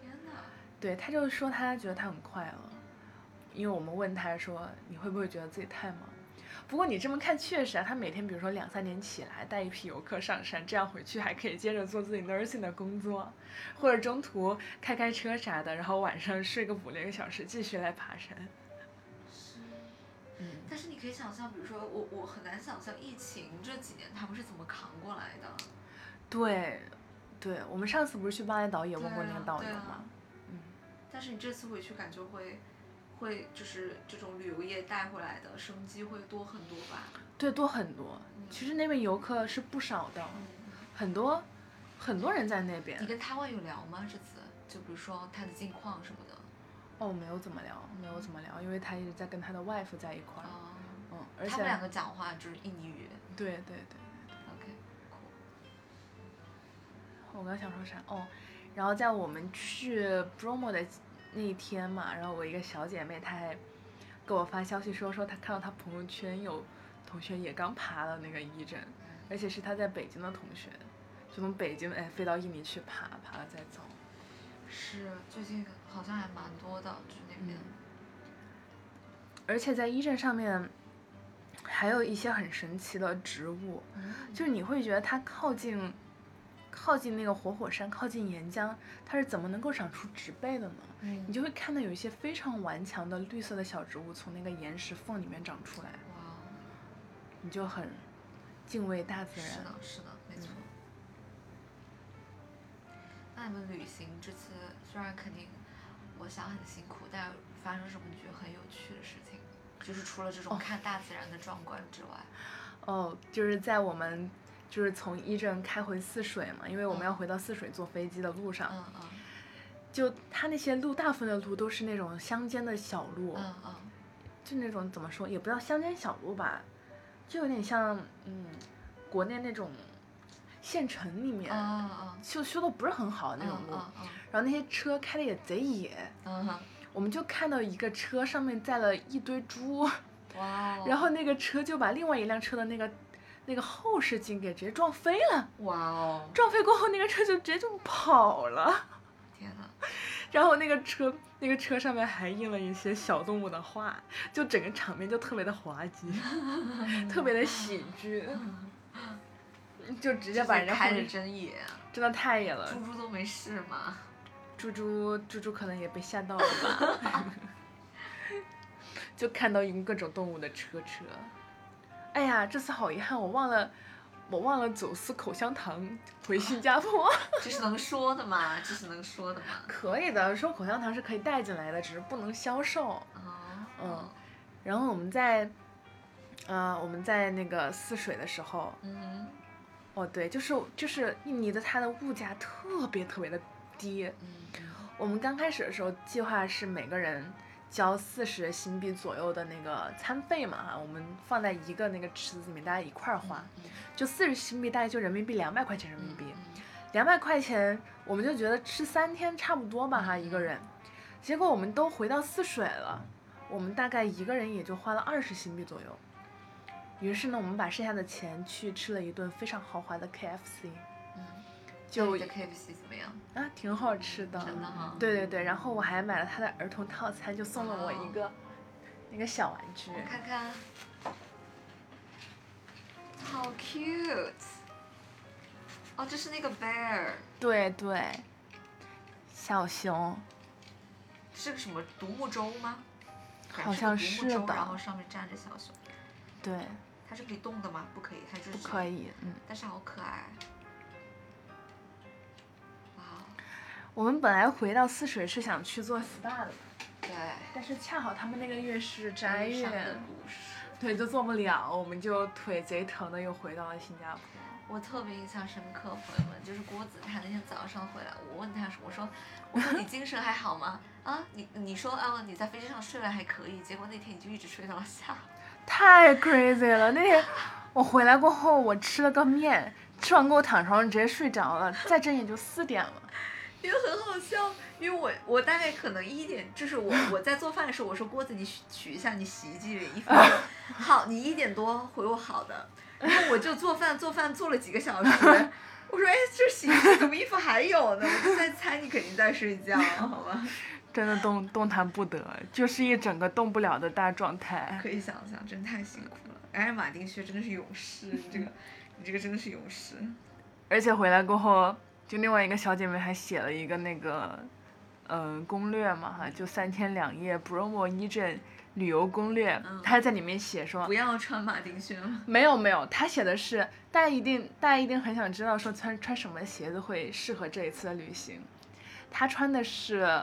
S2: 天哪！
S1: 对，他就说他觉得他很快乐，因为我们问他说你会不会觉得自己太忙？不过你这么看确实啊，他每天比如说两三点起来带一批游客上山，这样回去还可以接着做自己 nursing 的工作，或者中途开开车啥的，然后晚上睡个五六个小时继续来爬山。
S2: 是。
S1: 嗯。
S2: 但是你可以想象，比如说我，我很难想象疫情这几年他们是怎么扛过来的。
S1: 对，对，我们上次不是去巴厘岛也问过
S2: 对
S1: 那个
S2: 啊
S1: 导游
S2: 对啊
S1: 吗？嗯，
S2: 但是你这次回去感觉会，会就是这种旅游业带回来的生机会多很多吧？嗯
S1: 对，多很多。其实那边游客是不少的，很多很多人在那边
S2: 你。跟他万有聊吗？这次就比如说他的近况什么的。
S1: 哦，没有怎么聊，没有怎么聊，因为他一直在跟他的 wife 在一块儿。
S2: 啊、
S1: 嗯，而且
S2: 他们两个讲话就是印尼语。
S1: 对对对，
S2: OK，cool
S1: 我刚想说啥？哦，然后在我们去 Bromo 的那一天嘛，然后我一个小姐妹她还给我发消息说说她看到她朋友圈有同学也刚爬了那个一诊，而且是她在北京的同学，就从北京哎飞到印尼去爬，爬了再走。
S2: 是最近好像还蛮多的，就是那边。
S1: 而且在一诊上面还有一些很神奇的植物，
S2: 嗯
S1: 就是你会觉得它靠近靠近那个活火山，靠近岩浆，它是怎么能够长出植被的呢？
S2: 嗯
S1: 你就会看到有一些非常顽强的绿色的小植物从那个岩石缝里面长出来，
S2: 哇哦，
S1: 你就很敬畏大自
S2: 是
S1: 然。嗯
S2: 的，是的，没错。那你们旅行这次虽然肯定，我想很辛苦，但发生什么你觉得很有趣的事情？就是除了这种看大自然的壮观之外，
S1: 哦，就是在我们就是从一镇开回泗水嘛，因为我们
S2: 嗯
S1: 要回到泗水坐飞机的路上，
S2: 嗯嗯
S1: 就它那些路大部分的路都是那种乡间的小路，
S2: 嗯嗯，
S1: 就那种怎么说也不叫乡间小路吧，就有点像嗯国内那种县城里面。
S2: 嗯嗯
S1: 修修的不是很好的那种路，
S2: 嗯嗯
S1: 然后那些车开的也贼野，
S2: 嗯嗯
S1: 我们就看到一个车上面载了一堆猪，
S2: 嗯，哇哦，
S1: 然后那个车就把另外一辆车的那个那个后视镜给直接撞飞了，
S2: 哇哦，
S1: 撞飞过后那个车就直接就跑了，
S2: 天哪，
S1: 然后那个车那个车上面还印了一些小动物的画，就整个场面就特别的滑
S2: [LAUGHS]
S1: 稽，特别的喜剧，就直
S2: 直
S1: 接把人家呃
S2: 开
S1: 后
S2: 着
S1: 面
S2: 真野，
S1: 真的太野了
S2: 猪，猪都没事嘛，
S1: 猪猪猪猪可能也被吓到了
S2: [LAUGHS]
S1: 吧， [LAUGHS] 就看到用各种动物的车车。哎呀，这次好遗憾，我忘了，我忘了走私口香糖回新加坡。
S2: [LAUGHS]
S1: [LAUGHS]
S2: 这是能说的嘛？这是能说的嘛？
S1: 可以的，说口香糖是可以带进来的，只是不能销售。
S2: 哦，
S1: 嗯然后我们在，呃，我们在那个泗水的时候，
S2: 嗯
S1: 哦对，就是就是印尼的它的物价特别特别的低，
S2: 嗯嗯
S1: 我们刚开始的时候计划是每个人交四十新币左右的那个餐费嘛，哈，我们放在一个那个池子里面，大家一块儿花，
S2: 嗯
S1: 就四十新币大概就人民币两百块钱人民币，
S2: 嗯嗯
S1: 两百块钱我们就觉得吃三天差不多吧，哈，一个人，结果我们都回到泗水了，我们大概一个人也就花了二十新币左右，于是呢，我们把剩下的钱去吃了一顿非常豪华的 KFC，
S2: 嗯
S1: 就
S2: 那你的 KFC 怎么样？
S1: 啊挺好吃的，
S2: 真的吗？
S1: 对对对，然后我还买了他的儿童套餐，就送了我一个、那个小玩具。
S2: 我看看，好 cute。哦，这是那个 bear，
S1: 对对，小熊，
S2: 是个什么独木舟吗？感觉
S1: 好像
S2: 是个
S1: 是
S2: 独木舟，
S1: 的
S2: 然后上面站着小熊，
S1: 对，
S2: 它是可以动的吗？不可以，它就是
S1: 不可以，嗯。
S2: 但是好可爱。哇哦，
S1: 我们本来回到泗水是想去做 SPA 的，
S2: 对，
S1: 但是恰好他们那个月是斋
S2: 悲伤的
S1: 月，
S2: 故事。
S1: 对，就做不了，我们就腿贼疼的又回到了新加坡。
S2: 我特别印象深刻，朋友们，就是郭子他那天早上回来，我问他说，我说，我说你精神还好吗？啊，你你说啊，你在飞机上睡了还可以，结果那天你就一直睡到了下午。 [LAUGHS]
S1: 太 crazy 了！那天我回来过后，我吃了个面，吃完过后躺床上直接睡着了，再睁眼就四点了。
S2: 因为很好笑，因为我我大概可能一点，就是我我在做饭的时候，我说郭子你取取一下你洗衣机里的衣服，他说好，你一点多回我好的，然后我就做饭做饭做了几个小时，我说哎这洗衣机怎么衣服还有呢？我就在猜你肯定在睡觉，好吧？
S1: 真的动动弹不得，就是一整个动不了的大状态。
S2: 可以想象，真太辛苦了。哎，马丁靴真的是勇士，你
S1: [LAUGHS]
S2: 这个，你这个真的是勇士。
S1: 而且回来过后，就另外一个小姐妹还写了一个那个，呃，攻略嘛哈，就三天两夜 Bromo 一镇旅游攻略，
S2: 嗯
S1: 她还在里面写说
S2: 不，要穿马丁靴吗？
S1: 没有没有，她写的是大家一定大家一定很想知道说穿穿什么鞋子会适合这一次的旅行，她穿的是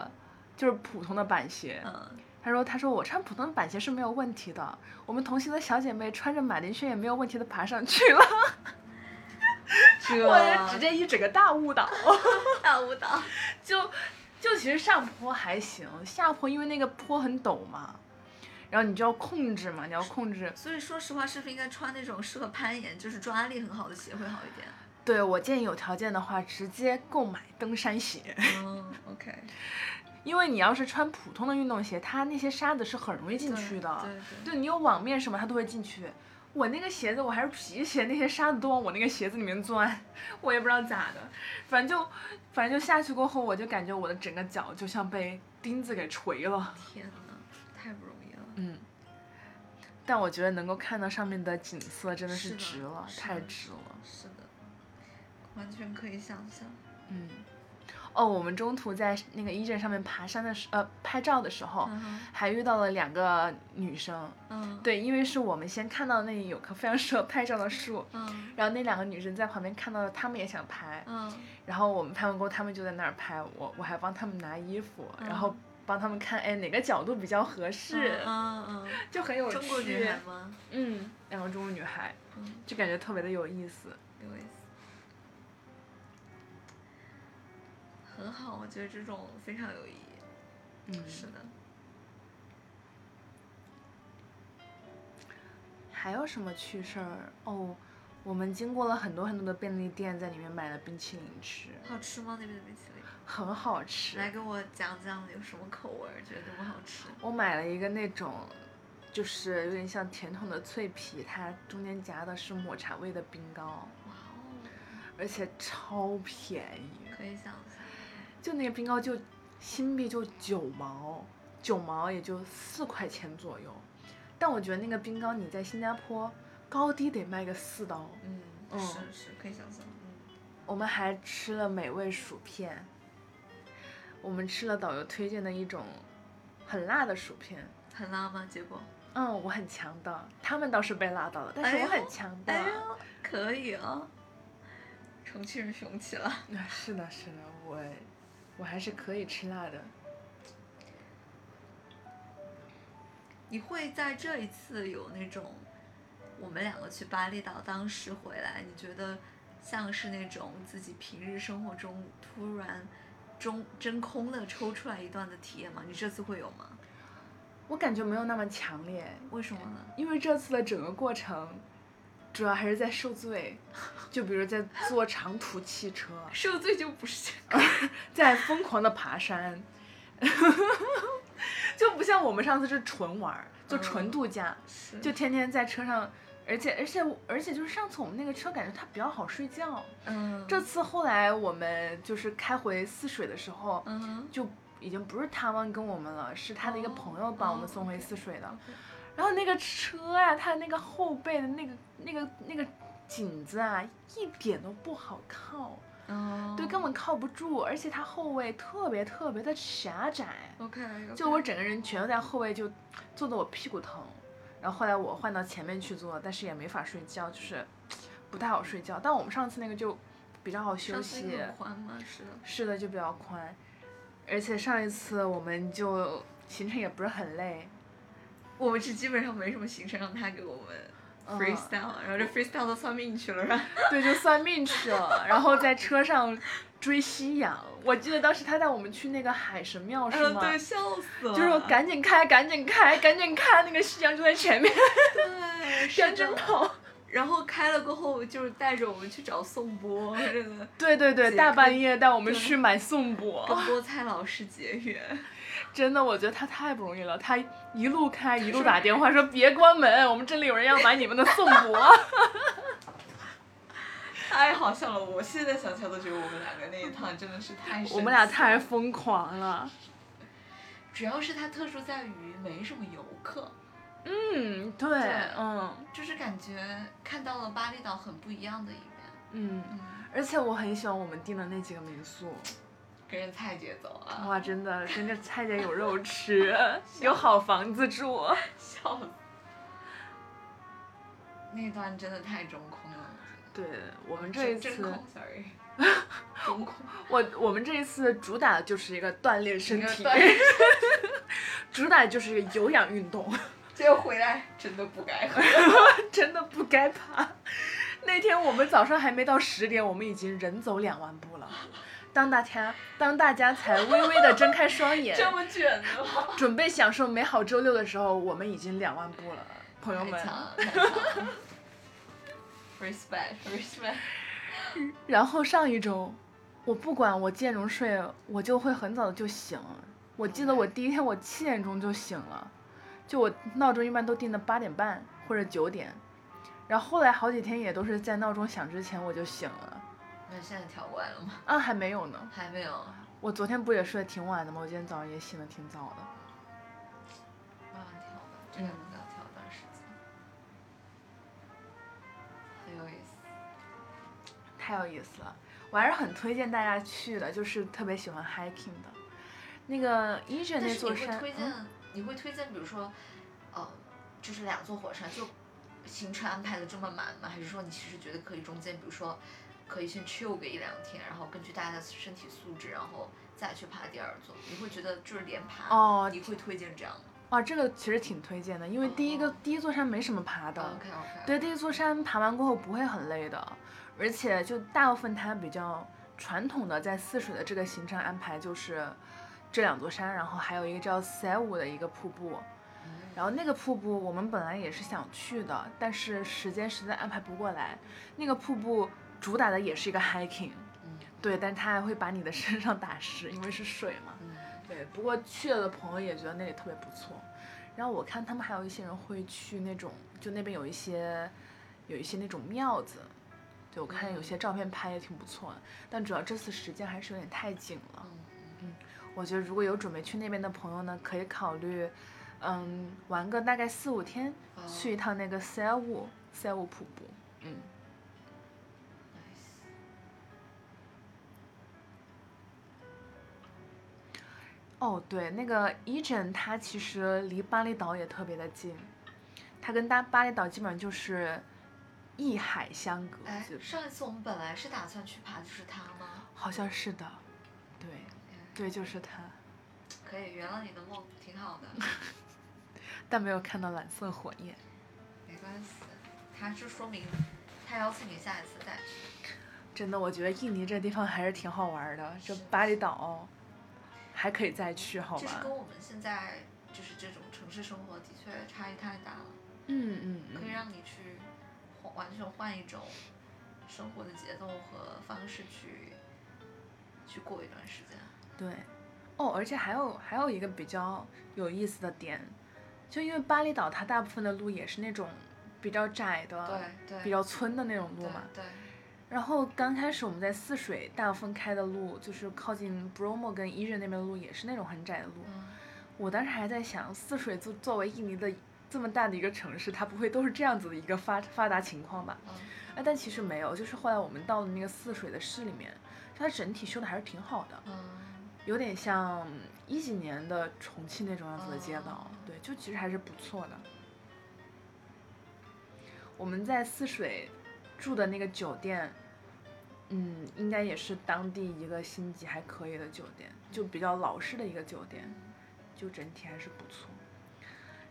S1: 就是普通的板鞋， [LAUGHS]
S2: 嗯，
S1: 他说：“他说我穿普通的板鞋是没有问题的，我们同行的小姐妹穿着马丁靴也没有问题的爬上去了。[LAUGHS]
S2: 这
S1: 我直接一整个大误导， [LAUGHS]
S2: 大舞蹈。
S1: 就就其实上坡还行，下坡因为那个坡很陡嘛，然后你就要控制嘛，你要控制。
S2: 所以说实话，是不是应该穿那种适合攀岩，就是抓力很好的鞋会好一点？
S1: 对我建议有条件的话，直接购买登山鞋， [LAUGHS]
S2: 嗯，OK，
S1: 因为你要是穿普通的运动鞋，它那些沙子是很容易进去的。
S2: 对对。
S1: 对你有网面什么，它都会进去。我那个鞋子，我还是皮鞋，那些沙子都往我那个鞋子里面钻， [LAUGHS] 我也不知道咋的，反正就，反正就下去过后，我就感觉我的整个脚就像被钉子给锤了，
S2: 天哪，太不容易了。
S1: 嗯。但我觉得能够看到上面的景色真的是
S2: 是的
S1: 值了，
S2: 是
S1: 太
S2: 的
S1: 值了，
S2: 是的，完全可以想象。
S1: 嗯。哦，我们中途在那个一镇上面爬山的时，呃，拍照的时候，
S2: 嗯哼
S1: 还遇到了两个女生，
S2: 嗯，
S1: 对，因为是我们先看到那里有棵非常适合拍照的树，
S2: 嗯
S1: 然后那两个女生在旁边看到了，她们也想拍，
S2: 嗯
S1: 然后我们拍完过后，她们就在那儿拍，我我还帮她们拿衣服，然后
S2: 嗯
S1: 帮她们看，哎，哪个角度比较合适，
S2: 嗯嗯
S1: 就很有
S2: 嗯，
S1: 趣。
S2: 中国女孩吗？
S1: 嗯，两个中国女孩，
S2: 嗯。
S1: 就感觉特别的有意思。
S2: 有意思，很好，我觉得这种非常有意义。
S1: 嗯，
S2: 是的，
S1: 还有什么趣事儿？哦，我们经过了很多很多的便利店，在里面买了冰淇淋吃，
S2: 好吃吗？那边的冰淇淋？
S1: 很好吃。
S2: 来给我讲讲有什么口味儿，觉得多么好吃？
S1: 我买了一个那种，就是有点像甜筒的脆皮，它中间夹的是抹茶味的冰糕，
S2: 哇哦，
S1: 而且超便宜，
S2: 可以想象。
S1: 就那个冰糕就新币就九毛，九毛也就四块钱左右。但我觉得那个冰糕你在新加坡高低得卖个四刀。
S2: 嗯，
S1: 嗯
S2: 是是，可以想象。嗯，
S1: 我们还吃了美味薯片，我们吃了导游推荐的一种很辣的薯片。
S2: 很辣吗？结果？
S1: 嗯，我很强的，他们倒是被辣到了，但是
S2: 哎
S1: 我
S2: 呦
S1: 很强的。
S2: 哎呦，可以啊，重庆雄起了。
S1: 那是的，是的，我我还是可以吃辣的。
S2: 你会在这一次有那种，我们两个去巴厘岛，当时回来，你觉得像是那种自己平日生活中突然中真空的抽出来一段的体验吗？你这次会有吗？
S1: 我感觉没有那么强烈，
S2: 为什么呢？
S1: 因为这次的整个过程，主要还是在受 [LAUGHS] 罪，就比如在坐长途汽 [LAUGHS] 车，
S2: 受罪就不是
S1: 在疯狂的爬山， [LAUGHS] 就不像我们上次是纯玩儿，就纯
S2: 嗯
S1: 度假，
S2: 是
S1: 就天天在车上，而且而且而且就是上次我们那个车感觉它比较好睡觉，
S2: 嗯
S1: 这次后来我们就是开回泗水的时候，
S2: 嗯
S1: 就已经不是他们跟我们了，是他的一个
S2: 哦
S1: 朋友把我们
S2: 哦
S1: 送回
S2: ，OK
S1: 泗水的。
S2: OK
S1: 然后那个车呀、啊，它那个后背的那个那个那个颈子啊一点都不好靠，
S2: 哦
S1: 对，根本靠不住，而且它后位特别特别的狭窄，
S2: 哦 OK，
S1: 就我整个人全都在后位，就坐得我屁股疼。然后后来我换到前面去坐，但是也没法睡觉，就是不太好睡觉。但我们上次那个就比较好休息，
S2: 宽吗？是的，
S1: 是的就比较宽，而且上一次我们就行程也不是很累，
S2: 我们是基本上没什么行程让他给我们
S1: 嗯
S2: freestyle，、然后这 freestyle 都算命去了，然后
S1: 对，就算命去了，然后在车上追夕阳。我记得当时他带我们去那个海神庙是吗？
S2: 嗯呃对，笑死了，
S1: 就是我赶紧开，赶紧开，赶紧开，那个夕阳就在前面，
S2: 对，
S1: 赶
S2: 是
S1: 紧
S2: 的。
S1: 跑。
S2: 然后开了过后，就是带着我们去找宋波，真的
S1: 对对对，
S2: 捷
S1: 大
S2: 克
S1: 半夜带我们
S2: 对
S1: 去买颂钵，
S2: 跟菠菜老师结缘。
S1: 真的，我觉得他太不容易了。他一路开一路打电话说别关门，我们这里有人要买你们的颂
S2: [LAUGHS]
S1: 钵。
S2: 太好笑了！我现在想起来都觉得我们两个那一趟真的是太神
S1: 我们俩
S2: 奇
S1: 太
S2: 了
S1: 疯狂了。
S2: 主要是它特殊在于没什么游客，
S1: 嗯，对，嗯
S2: 就是感觉看到了巴厘岛很不一样的一面，
S1: 嗯，
S2: 嗯，
S1: 而且我很喜欢我们订的那几个民宿。
S2: 跟着蔡姐走啊，
S1: 哇，真
S2: [LAUGHS]
S1: 的跟着菜姐有肉吃，有好房子
S2: [LAUGHS]
S1: 住。
S2: 笑死！那段真的太中空了，
S1: 对我
S2: 我
S1: 们
S2: 觉
S1: 这
S2: 得
S1: 一
S2: 真
S1: 次
S2: 真，空，sorry，中空，
S1: 我我们这一次主打的就是一个锻炼身
S2: 整个
S1: 体，
S2: [LAUGHS] 段
S1: 主打就是一个有氧运动， [LAUGHS]
S2: 这回来真的不该回来。
S1: 真的不该爬。那天我们早上还没到十点，我们已经人走两万步了。当大家当大家才微微的睁开
S2: [LAUGHS]
S1: 双眼，
S2: 这么卷的吗？
S1: 准备享受美好周六的时候，我们已经两万步了，朋友
S2: 太
S1: 们
S2: 强。了，太强了！respect，respect。
S1: 然后上一周，我不管我几点钟睡，我就会很早的就醒。我记得我
S2: 哎
S1: 第一天我七点钟就醒了，就我闹钟一般都定的八点半或者九点，然后后来好几天也都是在闹钟响之前我就醒了。
S2: 那现在调过来了吗？
S1: 啊，还没有呢。
S2: 还没有。
S1: 我昨天不也睡得挺晚的吗？我今天早上也醒得挺早的。
S2: 慢慢调吧，这个能要调一段时间，很有意思。
S1: 太有意思了，我还是很推荐大家去的，就是特别喜欢 hiking 的。那个伊卷那
S2: 但是你
S1: 座
S2: 会
S1: 山，
S2: 推荐
S1: 嗯，
S2: 你会推荐，比如说，呃，就是两座火山，就呃行程安排的这么满吗？还是说你其实觉得可以中间，比如说，可以先 chill 个一两天，然后根据大家的身体素质，然后再去爬第二座？你会觉得就是连爬，
S1: 哦
S2: 你会推荐这样吗
S1: 啊，这个其实挺推荐的，因为第一个、
S2: 哦
S1: 第一座山没什么爬的，
S2: ？OK OK。
S1: 对，第一座山爬完过后不会很累的，而且就大部分它比较传统的在泗水的这个行程安排就是这两座山，然后还有一个叫塞武的一个瀑布，然后那个瀑布我们本来也是想去的，但是时间实在安排不过来。那个瀑布主打的也是一个 hiking，
S2: 嗯
S1: 对，但它还会把你的身上 [LAUGHS] 打湿，因为是水嘛。
S2: 嗯
S1: 对，不过去了的朋友也觉得那里特别不错。然后我看他们还有一些人会去那种，就那边有一些，有一些那种庙子，对我看有些照片拍也挺不错的。但主要这次时间还是有点太紧了。
S2: 嗯
S1: 我觉得如果有准备去那边的朋友呢，可以考虑，嗯，玩个大概四五天，
S2: 哦
S1: 去一趟那个塞武塞武瀑布。嗯，
S2: ，nice
S1: 哦，对，那个伊镇它其实离巴厘岛也特别的近，它跟大巴厘岛基本上就是一海相隔，
S2: 哎
S1: 就，
S2: 上一次我们本来是打算去爬的是它吗？
S1: 好像是的，对，对，就是它，
S2: 可以圆了你的梦，挺好的，
S1: 但没有看到蓝色火焰。
S2: 没关系。它是说明他邀请你下一次再去。
S1: 真的，我觉得印尼这地方还是挺好玩的，这巴厘岛还可以再去，好
S2: 就是
S1: 吧
S2: 跟？我们现在就是这种城市生活的确差异太大了，
S1: 嗯嗯
S2: 可以
S1: 嗯，
S2: 让你去换完全换一种生活的节奏和方式去去过一段时间。
S1: 对。哦，而且还有还有一个比较有意思的点，就因为巴厘岛它大部分的路也是那种比较窄的，
S2: 对对，
S1: 比较村的那种路
S2: 对
S1: 嘛。
S2: 对，
S1: 然后刚开始我们在泗水大部分开的路，就是靠近 Bromo 跟伊人那边的路，也是那种很窄的路。
S2: 嗯，
S1: 我当时还在想，泗水就作为印尼的这么大的一个城市，它不会都是这样子的一个发发达情况吧？
S2: 嗯
S1: 哎，但其实没有，就是后来我们到了那个泗水的市里面，它整体修的还是挺好的，
S2: 嗯
S1: 有点像一几年的重庆那种样子的街道
S2: 哦，
S1: 对，就其实还是不错的。我们在泗水住的那个酒店，嗯，应该也是当地一个星级还可以的酒店，就比较老式的一个酒店，
S2: 嗯
S1: 就整体还是不错。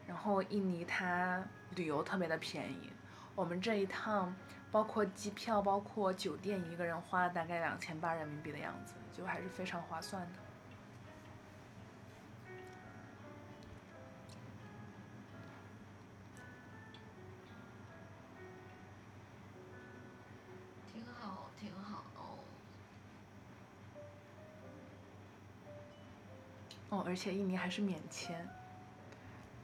S1: 然后印尼它旅游特别的便宜，我们这一趟包括机票、包括酒店，一个人花了大概两千八人民币的样子，就还是非常划算的。
S2: 挺好，挺好。
S1: 哦，而且印尼还是免签，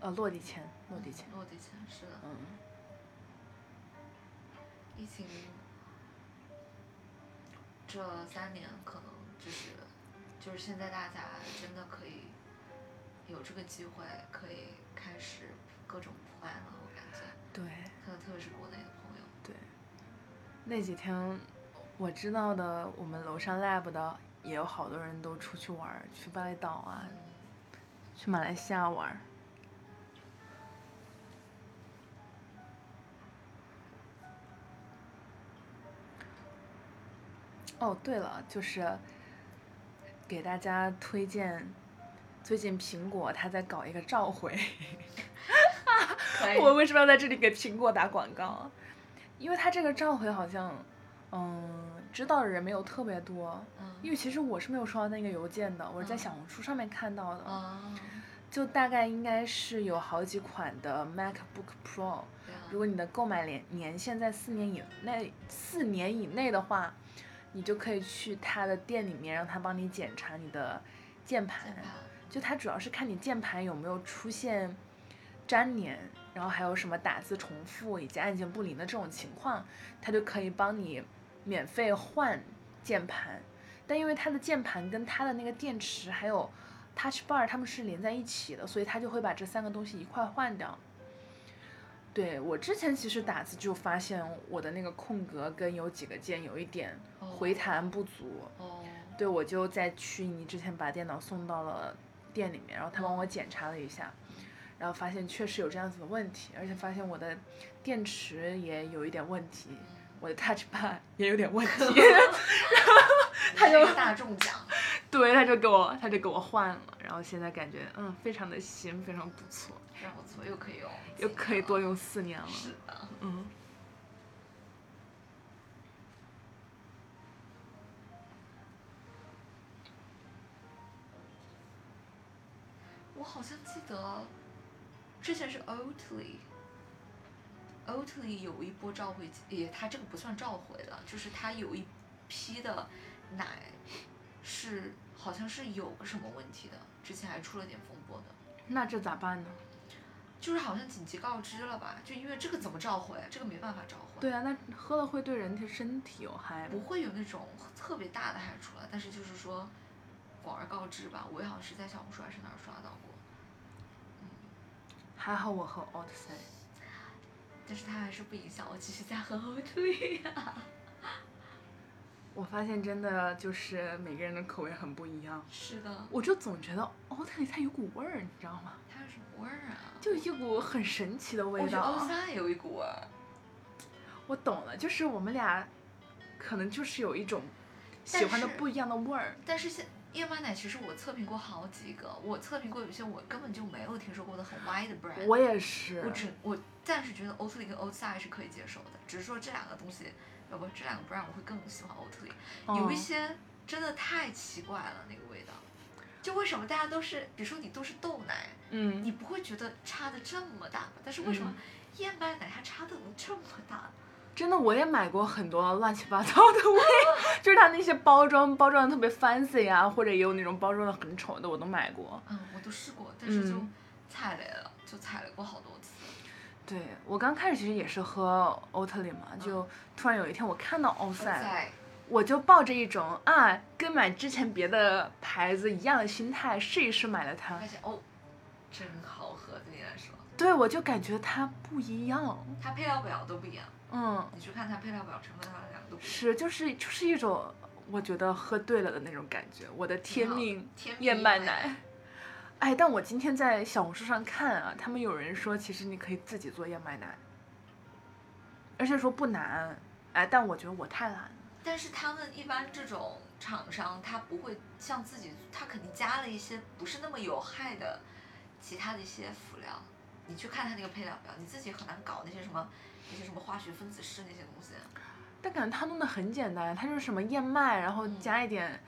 S1: 呃，落地签，落地签。
S2: 落地签是的，
S1: 嗯，
S2: 疫情这三年可能就是就是现在大家真的可以有这个机会，可以开始各种 plan 了，我感觉。
S1: 对
S2: 可能特别是国内的朋友，
S1: 对。那几天我知道的，我们楼上 lab 的也有好多人都出去玩儿，去巴厘岛啊，
S2: 嗯
S1: [LAUGHS] 去马来西亚玩儿。哦，对了，就是给大家推荐，最近苹果它在搞一个召回。
S2: 可以
S1: 我为什么要在这里给苹果打广告啊？因为它这个召回好像，嗯，知道的人没有特别多。因
S2: 嗯
S1: 为其实我是没有收到那个邮件的，我是在
S2: 嗯
S1: 小红书上面看到的。
S2: 啊，
S1: 就大概应该是有好几款的 MacBook Pro，
S2: 对啊
S1: 如果你的购买年年限在四年以内，四年以内的话，你就可以去他的店里面让他帮你检查你的键盘，
S2: 键盘
S1: [LAUGHS] 就他主要是看你键盘有没有出现粘连，然后还有什么打字重复以及按键不灵的这种情况，他就可以帮你免费换键盘。但因为它的键盘跟它的那个电池还有 Touch Bar 它们是连在一起的，所以它就会把这三个东西一块换掉。对我之前其实打字就发现我的那个空格跟有几个键有一点
S2: 哦
S1: 回弹不足，
S2: 哦，
S1: 对我就在去你之前把电脑送到了店里面，然后他帮我检查了一下，然后发现确实有这样子的问题，而且发现我的电池也有一点问题，
S2: 嗯
S1: [LAUGHS] 我的 Touch Bar [LAUGHS] 也有点问题，
S2: 他
S1: 就
S2: 大中奖，
S1: 对，他就给我他就给我换了，然后现在感觉嗯非常的新，非常不错，
S2: 让我做又可以用，
S1: [LAUGHS] 又可以多用四年了，
S2: 是的，
S1: 嗯。
S2: 我好像记得之前是 Oatly。Oatly 有一波召回，也它这个不算召回了，就是它有一批的奶是好像是有个什么问题的，之前还出了点风波的。
S1: 那这咋办呢？
S2: 就是好像紧急告知了吧？就因为这个怎么召回啊？这个没办法召回。
S1: 对啊，那喝了会对人体身体有害
S2: 不
S1: 吗？
S2: 会有那种特别大的害处了，但是就是说广而告之吧。我也好像是在小红书还是哪儿刷到过，
S1: 还好我喝 o d s e y
S2: 但是它还是不影响我继续在喝欧对呀、
S1: 我发现真的就是每个人的口味很不一样，
S2: [LAUGHS] 是的，
S1: 我就总觉得 o d s e y 它有股味儿，你知道吗？
S2: 它有什么味儿啊？
S1: 就一股很神奇的味
S2: 我觉得欧
S1: 道。
S2: 三也有一股味儿，
S1: 我懂了，就是我们俩可能就是有一种喜欢的
S2: 但是
S1: 不一样的味儿。
S2: 但是现燕麦奶其实我测评过好几个，我测评过有些我根本就没有听说过的很歪的 brand。
S1: 我也是
S2: 我，只我暂时觉得 Oatly 跟 Oatside 是可以接受的，只是说这两个东西，要不这两个不让我会更喜欢 Oatly，、有一
S1: 嗯
S2: 些真的太奇怪了那个味道，就为什么大家都是，比如说你都是豆奶，
S1: 嗯，
S2: 你不会觉得差的这么大吧？但是为什么燕麦奶它差的能这么大？
S1: 真的，我也买过很多乱七八糟的味，
S2: [LAUGHS]
S1: 就是它那些包装包装的特别 fancy 啊，或者也有那种包装的很丑的，我都买过。
S2: 嗯，我都试过，但是就
S1: 嗯
S2: 踩雷了，就踩雷过好多次。
S1: 对我刚开始其实也是喝欧特利嘛，
S2: 嗯
S1: 就突然有一天我看到欧赛，
S2: 在
S1: 我就抱着一种啊跟买之前别的牌子一样的心态试一试买了它
S2: 发。现哦，真好喝，对你来说，
S1: 对我就感觉它不一样，
S2: 它配料表都不一样，
S1: 嗯，
S2: 你去看它配料表成分，它两个都不一样。
S1: 是就是就是一种我觉得喝对了的那种感觉，我的天
S2: 好
S1: 命
S2: 天
S1: 燕
S2: 平
S1: 麦奶。哎，但我今天在小红书上看啊，他们有人说其实你可以自己做燕麦奶，而且说不难。哎，但我觉得我太懒了。
S2: 但是他们一般这种厂商，他不会像自己，他肯定加了一些不是那么有害的其他的一些辅料。你去看他那个配料表，你自己很难搞那些什么那些什么化学分子式那些东西。啊
S1: 但感觉他弄得很简单，他就是什么燕麦，然后
S2: 嗯
S1: 加一点，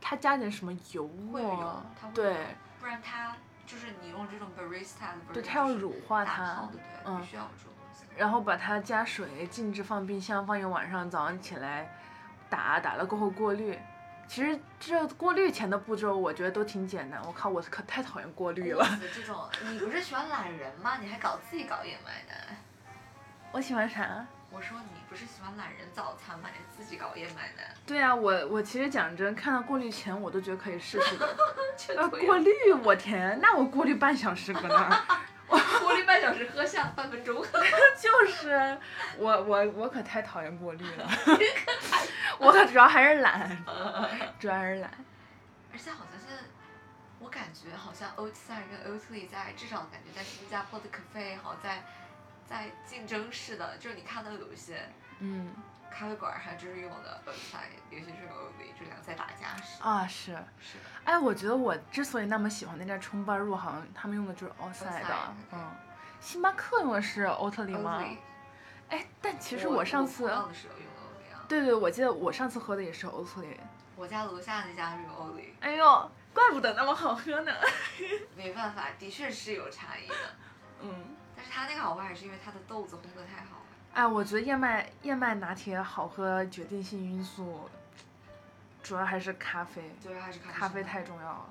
S1: 他加点什么油
S2: 会有
S1: 啊
S2: 它会，
S1: 对
S2: 有不然它就是你用这种 barista 的 barista，
S1: 对，他要
S2: 就是
S1: 乳化
S2: 打泡
S1: 它
S2: 的，对，
S1: 嗯
S2: 必须要有这种东西。
S1: [LAUGHS] 然后把它加水，静置放冰箱，放一晚上，早上起来打打了过后过滤。其实这过滤前的步骤，我觉得都挺简单。我靠，我可太讨厌过滤了。
S2: 我死这种，你不是喜欢懒人吗？你还搞自己搞燕麦奶？
S1: 我喜欢啥？
S2: 我说你不是喜欢懒人早餐吗？你自己搞燕麦奶，
S1: [LAUGHS] 对啊，我我其实讲真，看到过滤前我都觉得可以试
S2: [LAUGHS]
S1: 试的。
S2: 这
S1: 呃，
S2: 多有
S1: 过滤，我天，那我过滤半小时搁那儿。
S2: 过滤半小时，喝下半分钟。 [LAUGHS]
S1: 就是我我我可太讨厌过滤了， [LAUGHS] 我可主要还是懒，主要还是懒。
S2: 而且好像现在，我感觉好像 Oatside 跟 Oatly 在至少感觉在新加坡的 cafe 好像在在竞争似的，就是你看到有一些
S1: 嗯
S2: 咖啡馆儿还真是用的 Oatside，有些是用 Oatly，这两个在打架是
S1: 啊是，
S2: 是
S1: 哎，我觉得我之所以那么喜欢那家冲半入，好像他们用的就是 outside 的
S2: Outside，，
S1: 嗯，星巴克用的是 Oatly 吗？
S2: Oatly。
S1: 哎，但其实
S2: 我
S1: 上
S2: 我
S1: 次
S2: 碰，到的时候用 Oatly 啊，
S1: 对对，我记得我上次喝的也是 Oatly。
S2: 我家楼下那家是用 Oatly，
S1: 哎呦，怪不得那么好喝呢。
S2: 没办法，的确是有差异的。
S1: 嗯，
S2: 但是它那个好喝还是因为它的豆子烘得太好了。
S1: 哎，我觉得燕麦燕麦拿铁好喝，决定性因素主要还是咖啡。
S2: 就是还是咖啡
S1: 咖啡
S2: 生
S1: 太重要了。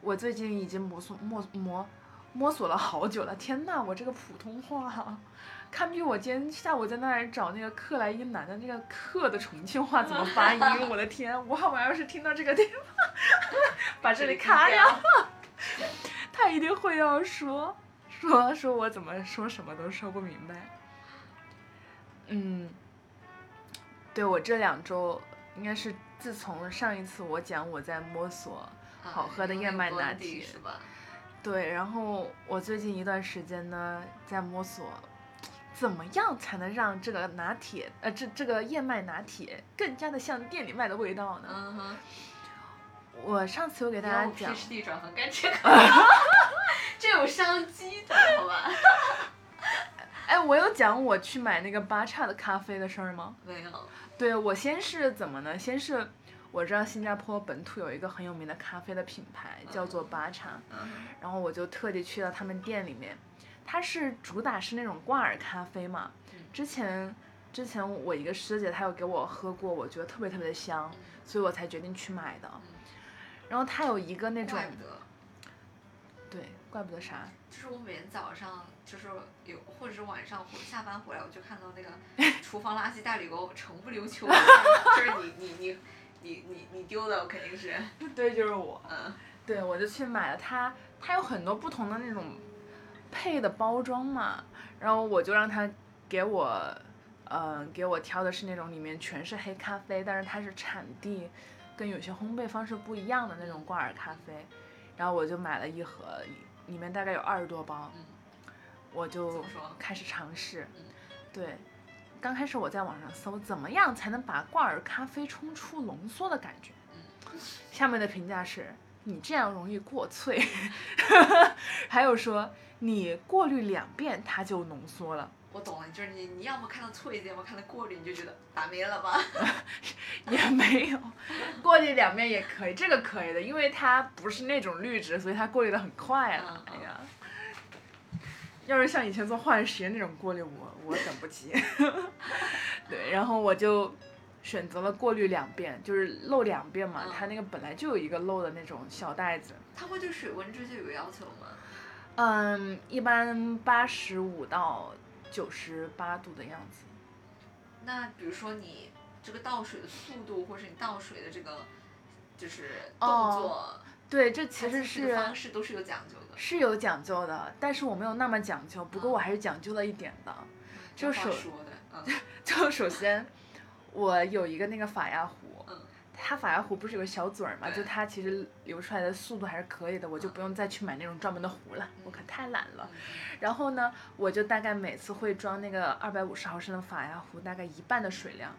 S1: 我最近已经摸索摸摸摸索了好久了，天呐，我这个普通话，啊堪比我今天下午在那儿找那个克莱因男的那个克的重庆话怎么发音，我的天，我好晚要是听到这个地方，把这里卡掉，。他一定会要说说说我怎么说什么都说不明白。嗯，对我这两周应该是自从上一次我讲我在摸索。
S2: 啊
S1: 好喝的燕麦拿铁
S2: 用那个 Blondie 是吧？
S1: 对，然后我最近一段时间呢，在摸索，怎么样才能让这个拿铁，呃，这这个燕麦拿铁更加的像店里卖的味道呢？
S2: 嗯哼，
S1: 我上次有给大家讲，
S2: PhD 转行干这个， [LAUGHS] 这有商机的，好吧？
S1: 哎，我有讲我去买那个巴叉的咖啡的事儿吗？
S2: [LAUGHS] 没有，
S1: 对我先是怎么呢？先是我知道新加坡本土有一个很有名的咖啡的品牌叫做巴叉，
S2: 嗯
S1: 然后我就特地去到他们店里面，它是主打是那种挂耳咖啡嘛
S2: 嗯。
S1: 之前之前我一个师姐她有给我喝过，我觉得特别特别的香，
S2: 嗯
S1: 所以我才决定去买的。然后它有一个那种
S2: 怪不得，
S1: 对，怪不得啥，
S2: 就是我每天早上就是有，或者是晚上回下班回来，我就看到那个
S1: [LAUGHS]
S2: 厨房垃圾袋里给我成不溜秋的，就是你你你你你你丢的，我肯定是，
S1: [LAUGHS] 对，就是我。
S2: 嗯，
S1: 对，我就去买了它，它有很多不同的那种配的包装嘛，然后我就让他给我，呃，给我挑的是那种里面全是黑咖啡，但是它是产地跟有些烘焙方式不一样的那种挂耳咖啡，然后我就买了一盒，里面大概有二十多包，
S2: 嗯
S1: 我
S2: 怎
S1: 就
S2: 么说
S1: 开始尝试
S2: 嗯，
S1: 对。刚开始我在网上搜怎么样才能把挂耳咖啡冲出浓缩的感觉，下面的评价是：你这样容易过萃。 [LAUGHS] 还有说你过滤两遍它就浓缩了，
S2: 我懂了，就是你你要么看到脆的，要么看到过滤，你就觉得打没了吧？
S1: 也没有 [LAUGHS] 过滤两遍也可以，这个可以的，因为它不是那种绿植，所以它过滤的很快了。
S2: 嗯
S1: 哎呀，要是像以前做化学实验那种过滤，我我等不及。 [LAUGHS] 对，然后我就。选择了过滤两遍，就是漏两遍嘛。
S2: 嗯
S1: 它那个本来就有一个漏的那种小袋子，
S2: [LAUGHS] 他会对水温追求有要求吗？
S1: 嗯，一般八十五到九十八度的样子。
S2: 那比如说你这个倒水的速度，或是你倒水的这个就是动
S1: 哦
S2: 作，
S1: 对，这
S2: 它
S1: 其实
S2: 进食的
S1: 是
S2: 方式都是有讲究的。
S1: 是有讲究的，但是我没有那么讲究，不过我还是讲究了一点的。 [LAUGHS] 就
S2: 这
S1: 手
S2: 话说的，嗯
S1: 就首先，我有一个那个法压壶，
S2: 嗯
S1: 它法压壶不是有个小嘴儿嘛？
S2: 对
S1: 就它其实流出来的速度还是可以的，我就
S2: 嗯
S1: 不用再去买那种专门的壶了，我可太懒了
S2: 嗯。
S1: 然后呢，我就大概每次会装那个二百五十毫升的法压壶，大概一半的水量，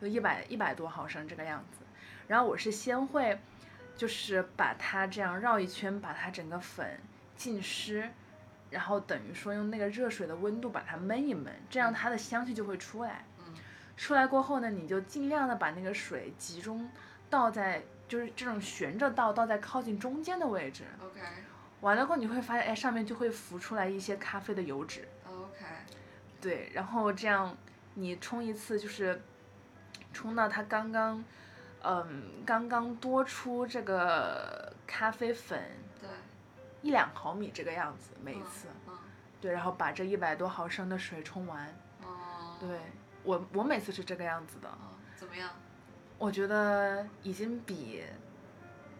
S1: 就一百一百多毫升这个样子。然后我是先会，就是把它这样绕一圈，把它整个粉浸湿，然后等于说用那个热水的温度把它焖一焖，这样
S2: 嗯
S1: 它的香气就会出来。
S2: 嗯
S1: 出来过后呢，你就尽量的把那个水集中倒在，就是这种悬着倒，倒在靠近中间的位置。
S2: 嗯 [LAUGHS] ，OK
S1: 完了过后你会发现，哎，上面就会浮出来一些咖啡的油脂。
S2: OK，
S1: 对，然后这样你冲一次就是冲到它刚刚，嗯，刚刚多出这个咖啡粉
S2: 对，
S1: 一两毫米这个样子，每一次。
S2: 嗯，
S1: 对，然后把这一百多毫升的水冲完。
S2: 嗯哦，
S1: 对我，我每次是这个样子的。
S2: 哦，怎么样？
S1: 我觉得已经比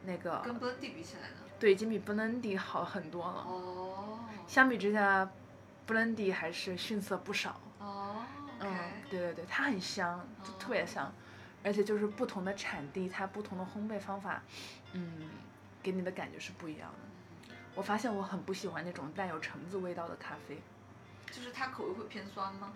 S1: 那个
S2: 跟 Blendee 比起来呢？
S1: 对，已经比 Blendy 好很多了。
S2: 哦
S1: 相比之下，Blendy 还是逊色不少。
S2: 哦，OK，嗯
S1: 嗯，对对对，它很香，就特别香，而且就是不同的产地，它不同的烘焙方法，嗯，给你的感觉是不一样的。我发现我很不喜欢那种带有橙子味道的咖啡，
S2: 就是它口味会偏酸吗？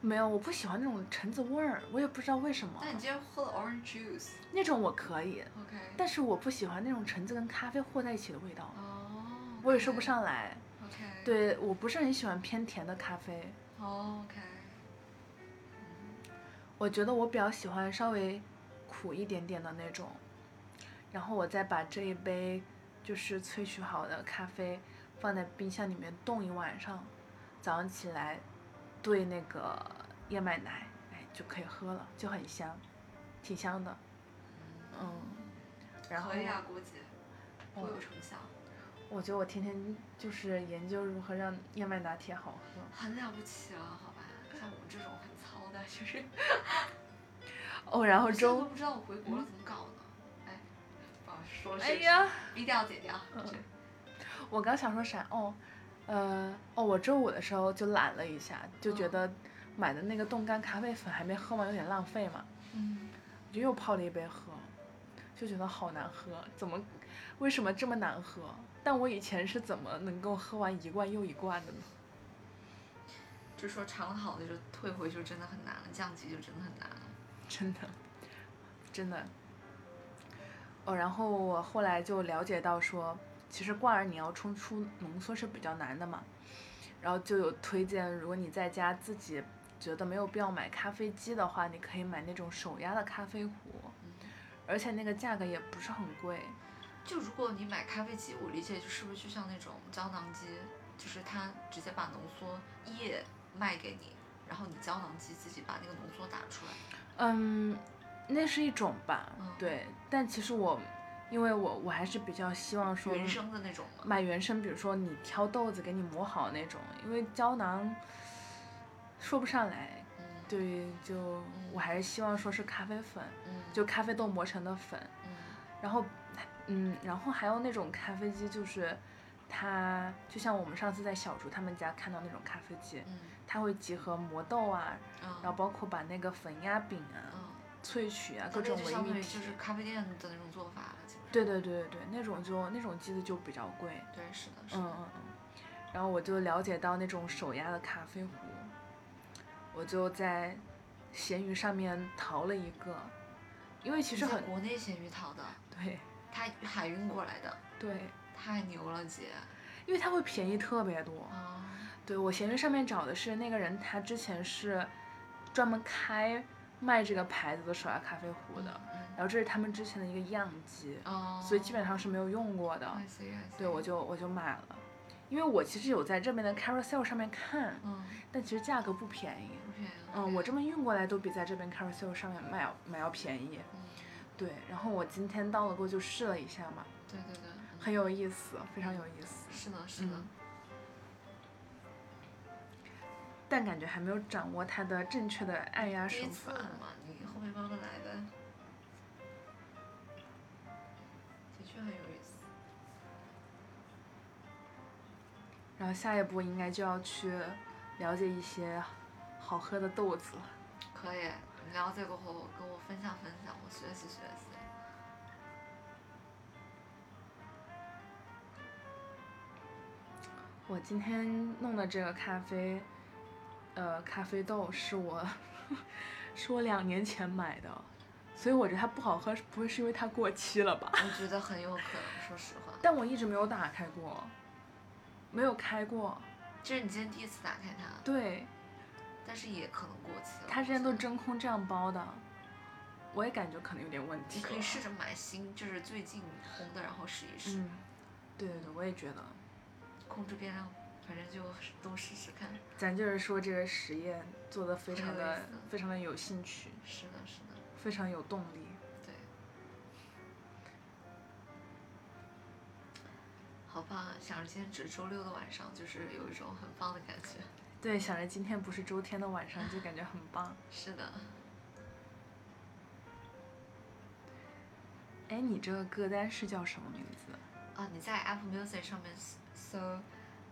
S1: 没有，我不喜欢那种橙子味儿，我也不知道为什么。
S2: 但你今天喝了 orange juice，OK，、
S1: 那种我可以，
S2: OK
S1: 但是我不喜欢那种橙子跟咖啡和在一起的味道，
S2: 哦，
S1: 我也说不。上来。
S2: OK，，
S1: 对，我不是很喜欢偏甜的咖啡，
S2: 哦，OK，
S1: 我觉得我比较喜欢稍微苦一点点的那种，然后我再把这一杯就是萃取好的咖啡放在冰箱里面冻一晚上，早上起来兑那个燕麦奶，哎就可以喝了，就很香，挺香的，嗯，然后
S2: 可以啊，郭姐，
S1: 嗯
S2: 会有成效，
S1: 我觉得我天天就是研究如何让燕麦拿铁好喝。
S2: 很了不起了，好吧？像我们这种很糙的，就是
S1: 哦，然后
S2: 我现在
S1: 周
S2: 都不知道我回国了怎么搞呢？哎，不好意思，说了
S1: 哎
S2: 是
S1: 呀。
S2: 低调剪掉，
S1: 嗯
S2: 这
S1: 我刚想说啥？哦，呃，哦，我周五的时候就懒了一下，就觉
S2: 嗯
S1: 得买的那个冻干咖啡粉还没喝完，有点浪费嘛，
S2: 嗯，
S1: 我就又泡了一杯喝，就觉得好难喝，怎么，为什么这么难喝？但我以前是怎么能够喝完一罐又一罐的呢？
S2: 就说尝了好的就退回就真的很难了，降级就真的很难了。
S1: 真的， [LAUGHS] 真的。哦，然后我后来就了解到说，其实挂耳你要冲出浓缩是比较难的嘛，然后就有推荐，如果你在家自己觉得没有必要买咖啡机的话，你可以买那种手压的咖啡壶，
S2: 嗯。
S1: 而且那个价格也不是很贵。
S2: 就如果你买咖啡机，我理解就是不是就像那种胶囊机，就是它直接把浓缩液卖给你，然后你胶囊机自己把那个浓缩打出来。
S1: 嗯，那是一种吧，
S2: 嗯
S1: 对。但其实我，因为我我还是比较希望说
S2: 原生的那种吗？
S1: 买原生，比如说你挑豆子给你磨好那种，因为胶囊说不上来。
S2: 嗯，
S1: 对，就我还是希望说是咖啡粉，
S2: 嗯，
S1: 就咖啡豆磨成的粉。
S2: 嗯
S1: 然后，嗯，然后还有那种咖啡机，就是它就像我们上次在小竹他们家看到那种咖啡机，
S2: 嗯
S1: 它会集合磨豆啊，
S2: 嗯，
S1: 然后包括把那个粉压饼啊、
S2: 嗯，
S1: 萃取啊
S2: 那
S1: 各种
S2: 就
S1: 为
S2: 相当
S1: 一
S2: 于
S1: 体
S2: 就。是咖啡店的那种做法了，基本上。
S1: 对对对对对，那种就那种机子就比较贵。
S2: 对，是的，是
S1: 嗯
S2: 的。
S1: 嗯嗯，然后我就了解到那种手压的咖啡壶，我就在闲鱼上面淘了一个，因为其
S2: 其
S1: 实很
S2: 国内闲鱼淘的，
S1: 对
S2: 它海运过来的，
S1: 对，
S2: 太牛了，姐。
S1: 因为它会便宜特别多。
S2: 啊、
S1: 对我闲鱼上面找的是那个人，他之前是专门开卖这个牌子的手压咖啡壶的，
S2: 嗯。
S1: 然后这是他们之前的一个样机，
S2: 哦、
S1: 所以基本上是没有用过的。
S2: 嗯 I see, I see
S1: 对，我就我就买了，因为我其实有在这边的 Carousel 上面看，
S2: 嗯，
S1: 但其实价格不便宜。
S2: 不便宜。
S1: 嗯，我这
S2: 么。
S1: 么运过来都比在这边 Carousel 上面卖要买要便宜。
S2: 嗯，
S1: 对，然后我今天到了过后就试了一下嘛，
S2: 对对对。嗯
S1: 很有意思，非常有意思，
S2: 是的，是的，
S1: 嗯但感觉还没有掌握它的正确的按压
S2: 第
S1: 手
S2: 一次
S1: 法。
S2: 嘛，你后面慢慢来呗。的确很有意思。
S1: 然后下一步应该就要去了解一些好喝的豆子了。
S2: 可以，你了解过后跟我分享分享，我学习学习。
S1: 我今天弄的这个咖啡，呃，咖啡豆是我 [LAUGHS] 是我两年前买的，所以我觉得它不好喝，不会是因为它过期了吧？
S2: 我觉得很有可能，说实话，
S1: 但我一直没有打开过，没有开过。
S2: 这是你今天第一次打开它，
S1: 对，
S2: 但是也可能过期了。
S1: 它之前都
S2: 我觉得
S1: 真空这样包的，我也感觉可能有点问题。
S2: 你可以试着买新，就是最近红的，然后试一试，
S1: 嗯，对对对，我也觉得。嗯
S2: 控制变量，反正就都试试看。
S1: 咱就是说这个实验做的非常
S2: 很
S1: 的
S2: 有意思
S1: 非常的有兴趣，
S2: 是的，是的，
S1: 非常有动力。
S2: 对。好棒啊！想着今天只是周六的晚上，就是有一种很棒的感觉。
S1: 对，想着今天不是周天的晚上，就感觉很棒。
S2: 是的，
S1: 哎，你这个歌单是叫什么名字？
S2: 啊，你在 Apple Music 上面搜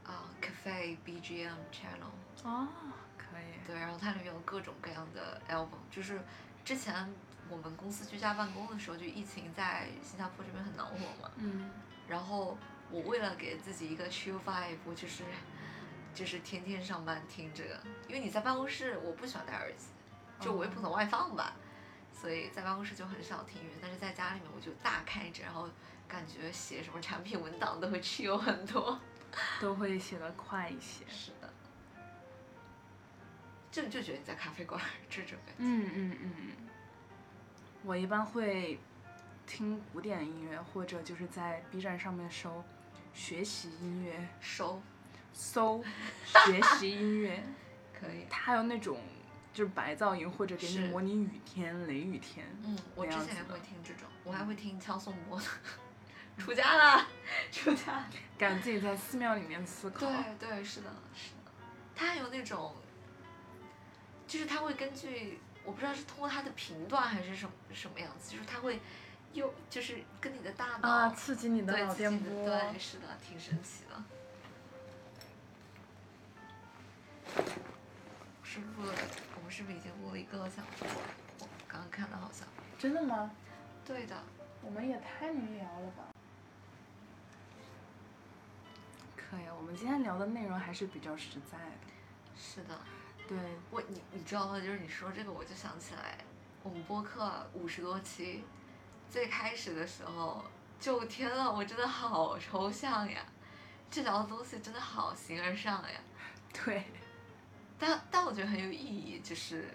S2: 啊 Cafe BGM Channel，
S1: 哦，可以。
S2: 对，然后它里面有各种各样的 album，就是之前我们公司居家办公的时候，就疫情在新加坡这边很恼火嘛，
S1: 嗯，
S2: 然后我为了给自己一个 chill vibe，我就是就是天天上班听这个，因为你在办公室我不喜欢戴耳机，就我也不懂外放吧，所以在办公室就很少听音乐，但是在家里面我就大开着，然后感觉写什么产品文档都会 chill 很多。
S1: 都会写的快一些。
S2: 是的，就就觉得你在咖啡馆儿这种感觉。
S1: 嗯嗯嗯。我一般会听古典音乐，或者就是在 B 站上面搜学习音乐，
S2: 收 [LAUGHS]
S1: 搜学习音乐。
S2: 可以。
S1: 它还有那种就是白噪音，或者给你
S2: 是
S1: 模拟雨天、雷雨天。
S2: 嗯，我之
S1: 那样
S2: 前也
S1: 子的
S2: 会听这种，我还会听敲颂钵的。 [LAUGHS] 出家啦， [LAUGHS] 出家。
S1: 感觉自己在寺庙里面思考。
S2: 对对，是的，是的。他还有那种，就是他会根据我不知道是通过他的频段还是什么什么样子，就是他会又就是跟你的大脑、
S1: 啊，刺激你的
S2: 对
S1: 脑
S2: 自己
S1: 电
S2: 的
S1: 波。
S2: 对，是的，挺神奇的。是录了，我们是不是已经录了一个小时了？我刚刚看到好像。
S1: 真的吗？
S2: 对的，
S1: 我们也太能聊了吧！可以，我们今天聊的内容还是比较实在的。
S2: 是的。
S1: 对，
S2: 我你你知道吗？就是你说这个，我就想起来，我们播客五十多期，最开始的时候，就天呐，我真的好抽象呀，这聊的东西真的好形而上呀。
S1: 对，
S2: 但但我觉得很有意义，就是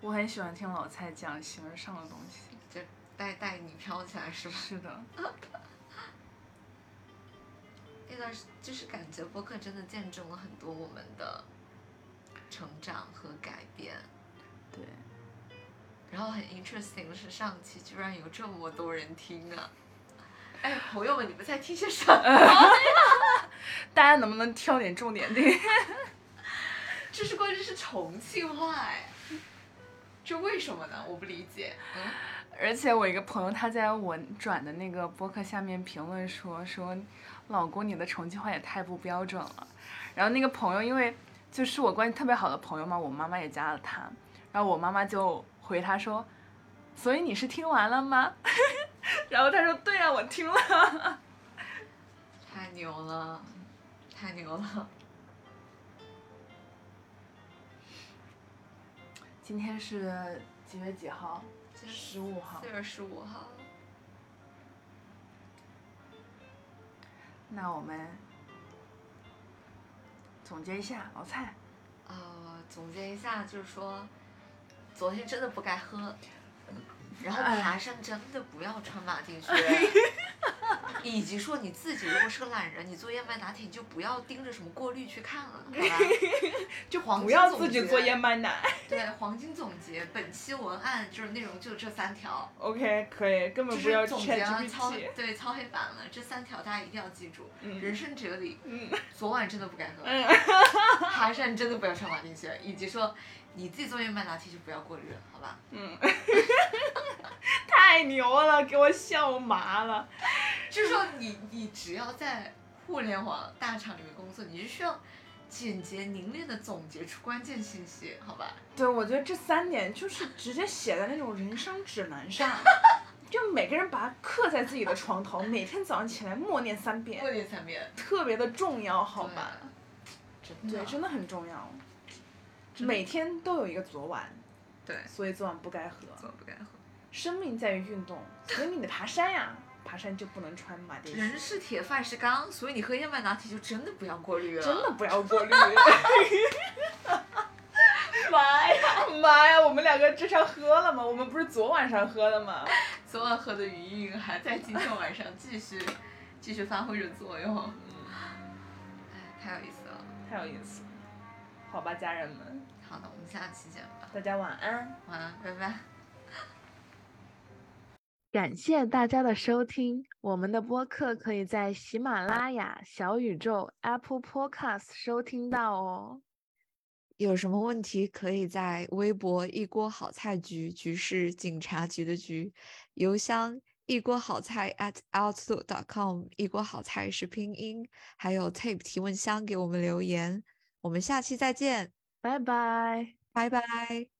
S1: 我很喜欢听老蔡讲形而上的东西。
S2: 就带带你飘起来是吧？
S1: 是的，
S2: 那段时就是感觉播客真的见证了很多我们的成长和改变。
S1: 对，
S2: 然后很 interesting 的是上期居然有这么多人听啊！哎，朋友们，你们在听些什么？
S1: 大家能不能挑点重点听？ [LAUGHS]
S2: 这是关键是重庆话哎，这为什么呢？我不理解。嗯，
S1: 而且我一个朋友他在我转的那个播客下面评论说说，老公你的重庆话也太不标准了。然后那个朋友因为就是我关系特别好的朋友嘛，我妈妈也加了他，然后我妈妈就回他说，所以你是听完了吗？ [LAUGHS] 然后他说对啊，我听了。
S2: 太牛了，太牛了。
S1: 今天是几月几号？
S2: 这
S1: 十五号
S2: 四。月十五号，
S1: 那我们总结一下，老蔡，
S2: 呃，总结一下就是说，昨天真的不该喝，然后
S1: 哎
S2: 爬山真的不要穿马丁靴。 [LAUGHS] 以及说你自己如果是个懒人，你做燕麦拿铁你就不要盯着什么过滤去看了，好 [LAUGHS] 吧？
S1: 就
S2: 黄
S1: 不
S2: 金
S1: 要
S2: 总
S1: 自己
S2: 结
S1: 做燕麦奶。
S2: 对，黄金总结，本期文案就是内容就这三条。
S1: OK，可以，根本
S2: 就
S1: 不要
S2: 是总结
S1: 啊
S2: 了糙
S1: ChatGPT。
S2: 对糙黑板了，这三条大家一定要记住。
S1: 嗯
S2: 人生哲理，
S1: 嗯
S2: 昨晚真的不该喝，
S1: 嗯。
S2: [LAUGHS] 爬山真的不要穿马丁靴，以及说你自己做燕麦拿铁就不要过滤了，好吧？
S1: 嗯，太牛了，给我笑麻了。
S2: 就是说你你只要在互联网大厂里面工作，你是需要简洁凝练的总结出关键信息，好吧？
S1: 对，我觉得这三点就是直接写在那种人生指南 [LAUGHS] 上，就每个人把它刻在自己的床头，每天早上起来默念三遍，
S2: 过年层面，
S1: 特别的重要，好
S2: 对
S1: 吧？，
S2: 真的，
S1: 对，真的很重要。
S2: 真的
S1: 每天都有一个昨晚，
S2: 对，
S1: 所以昨晚不该喝。
S2: 怎么不该喝？
S1: 生命在于运动，所以你得爬山呀、爬山就不能穿马丁
S2: 人
S1: 靴，
S2: 是铁，饭是钢，所以你喝燕麦拿铁就真的不要过滤了。
S1: 真的不要过滤。
S2: 妈呀！
S1: [LAUGHS] 妈呀，我们两个这上喝了吗？我们不是昨晚上喝的吗？
S2: [LAUGHS] 昨晚喝的余韵还在今天晚上继续继续发挥着作用。哎，太有意思了。
S1: 太有意思了。好吧，家人们，
S2: 好的，我们下期见吧。
S1: 大家晚安。
S2: 晚安，拜拜。
S3: 感谢大家的收听，我们的播客可以在喜马拉雅、小宇宙、Apple Podcast 收听到哦。
S2: 有什么问题可以在微博“一锅好菜局”局是警察局的局，邮箱一锅好菜 at outlook.com，一锅好菜是拼音，还有 tape 提问箱给我们留言。我们下期再见，
S3: 拜拜。
S2: 拜拜。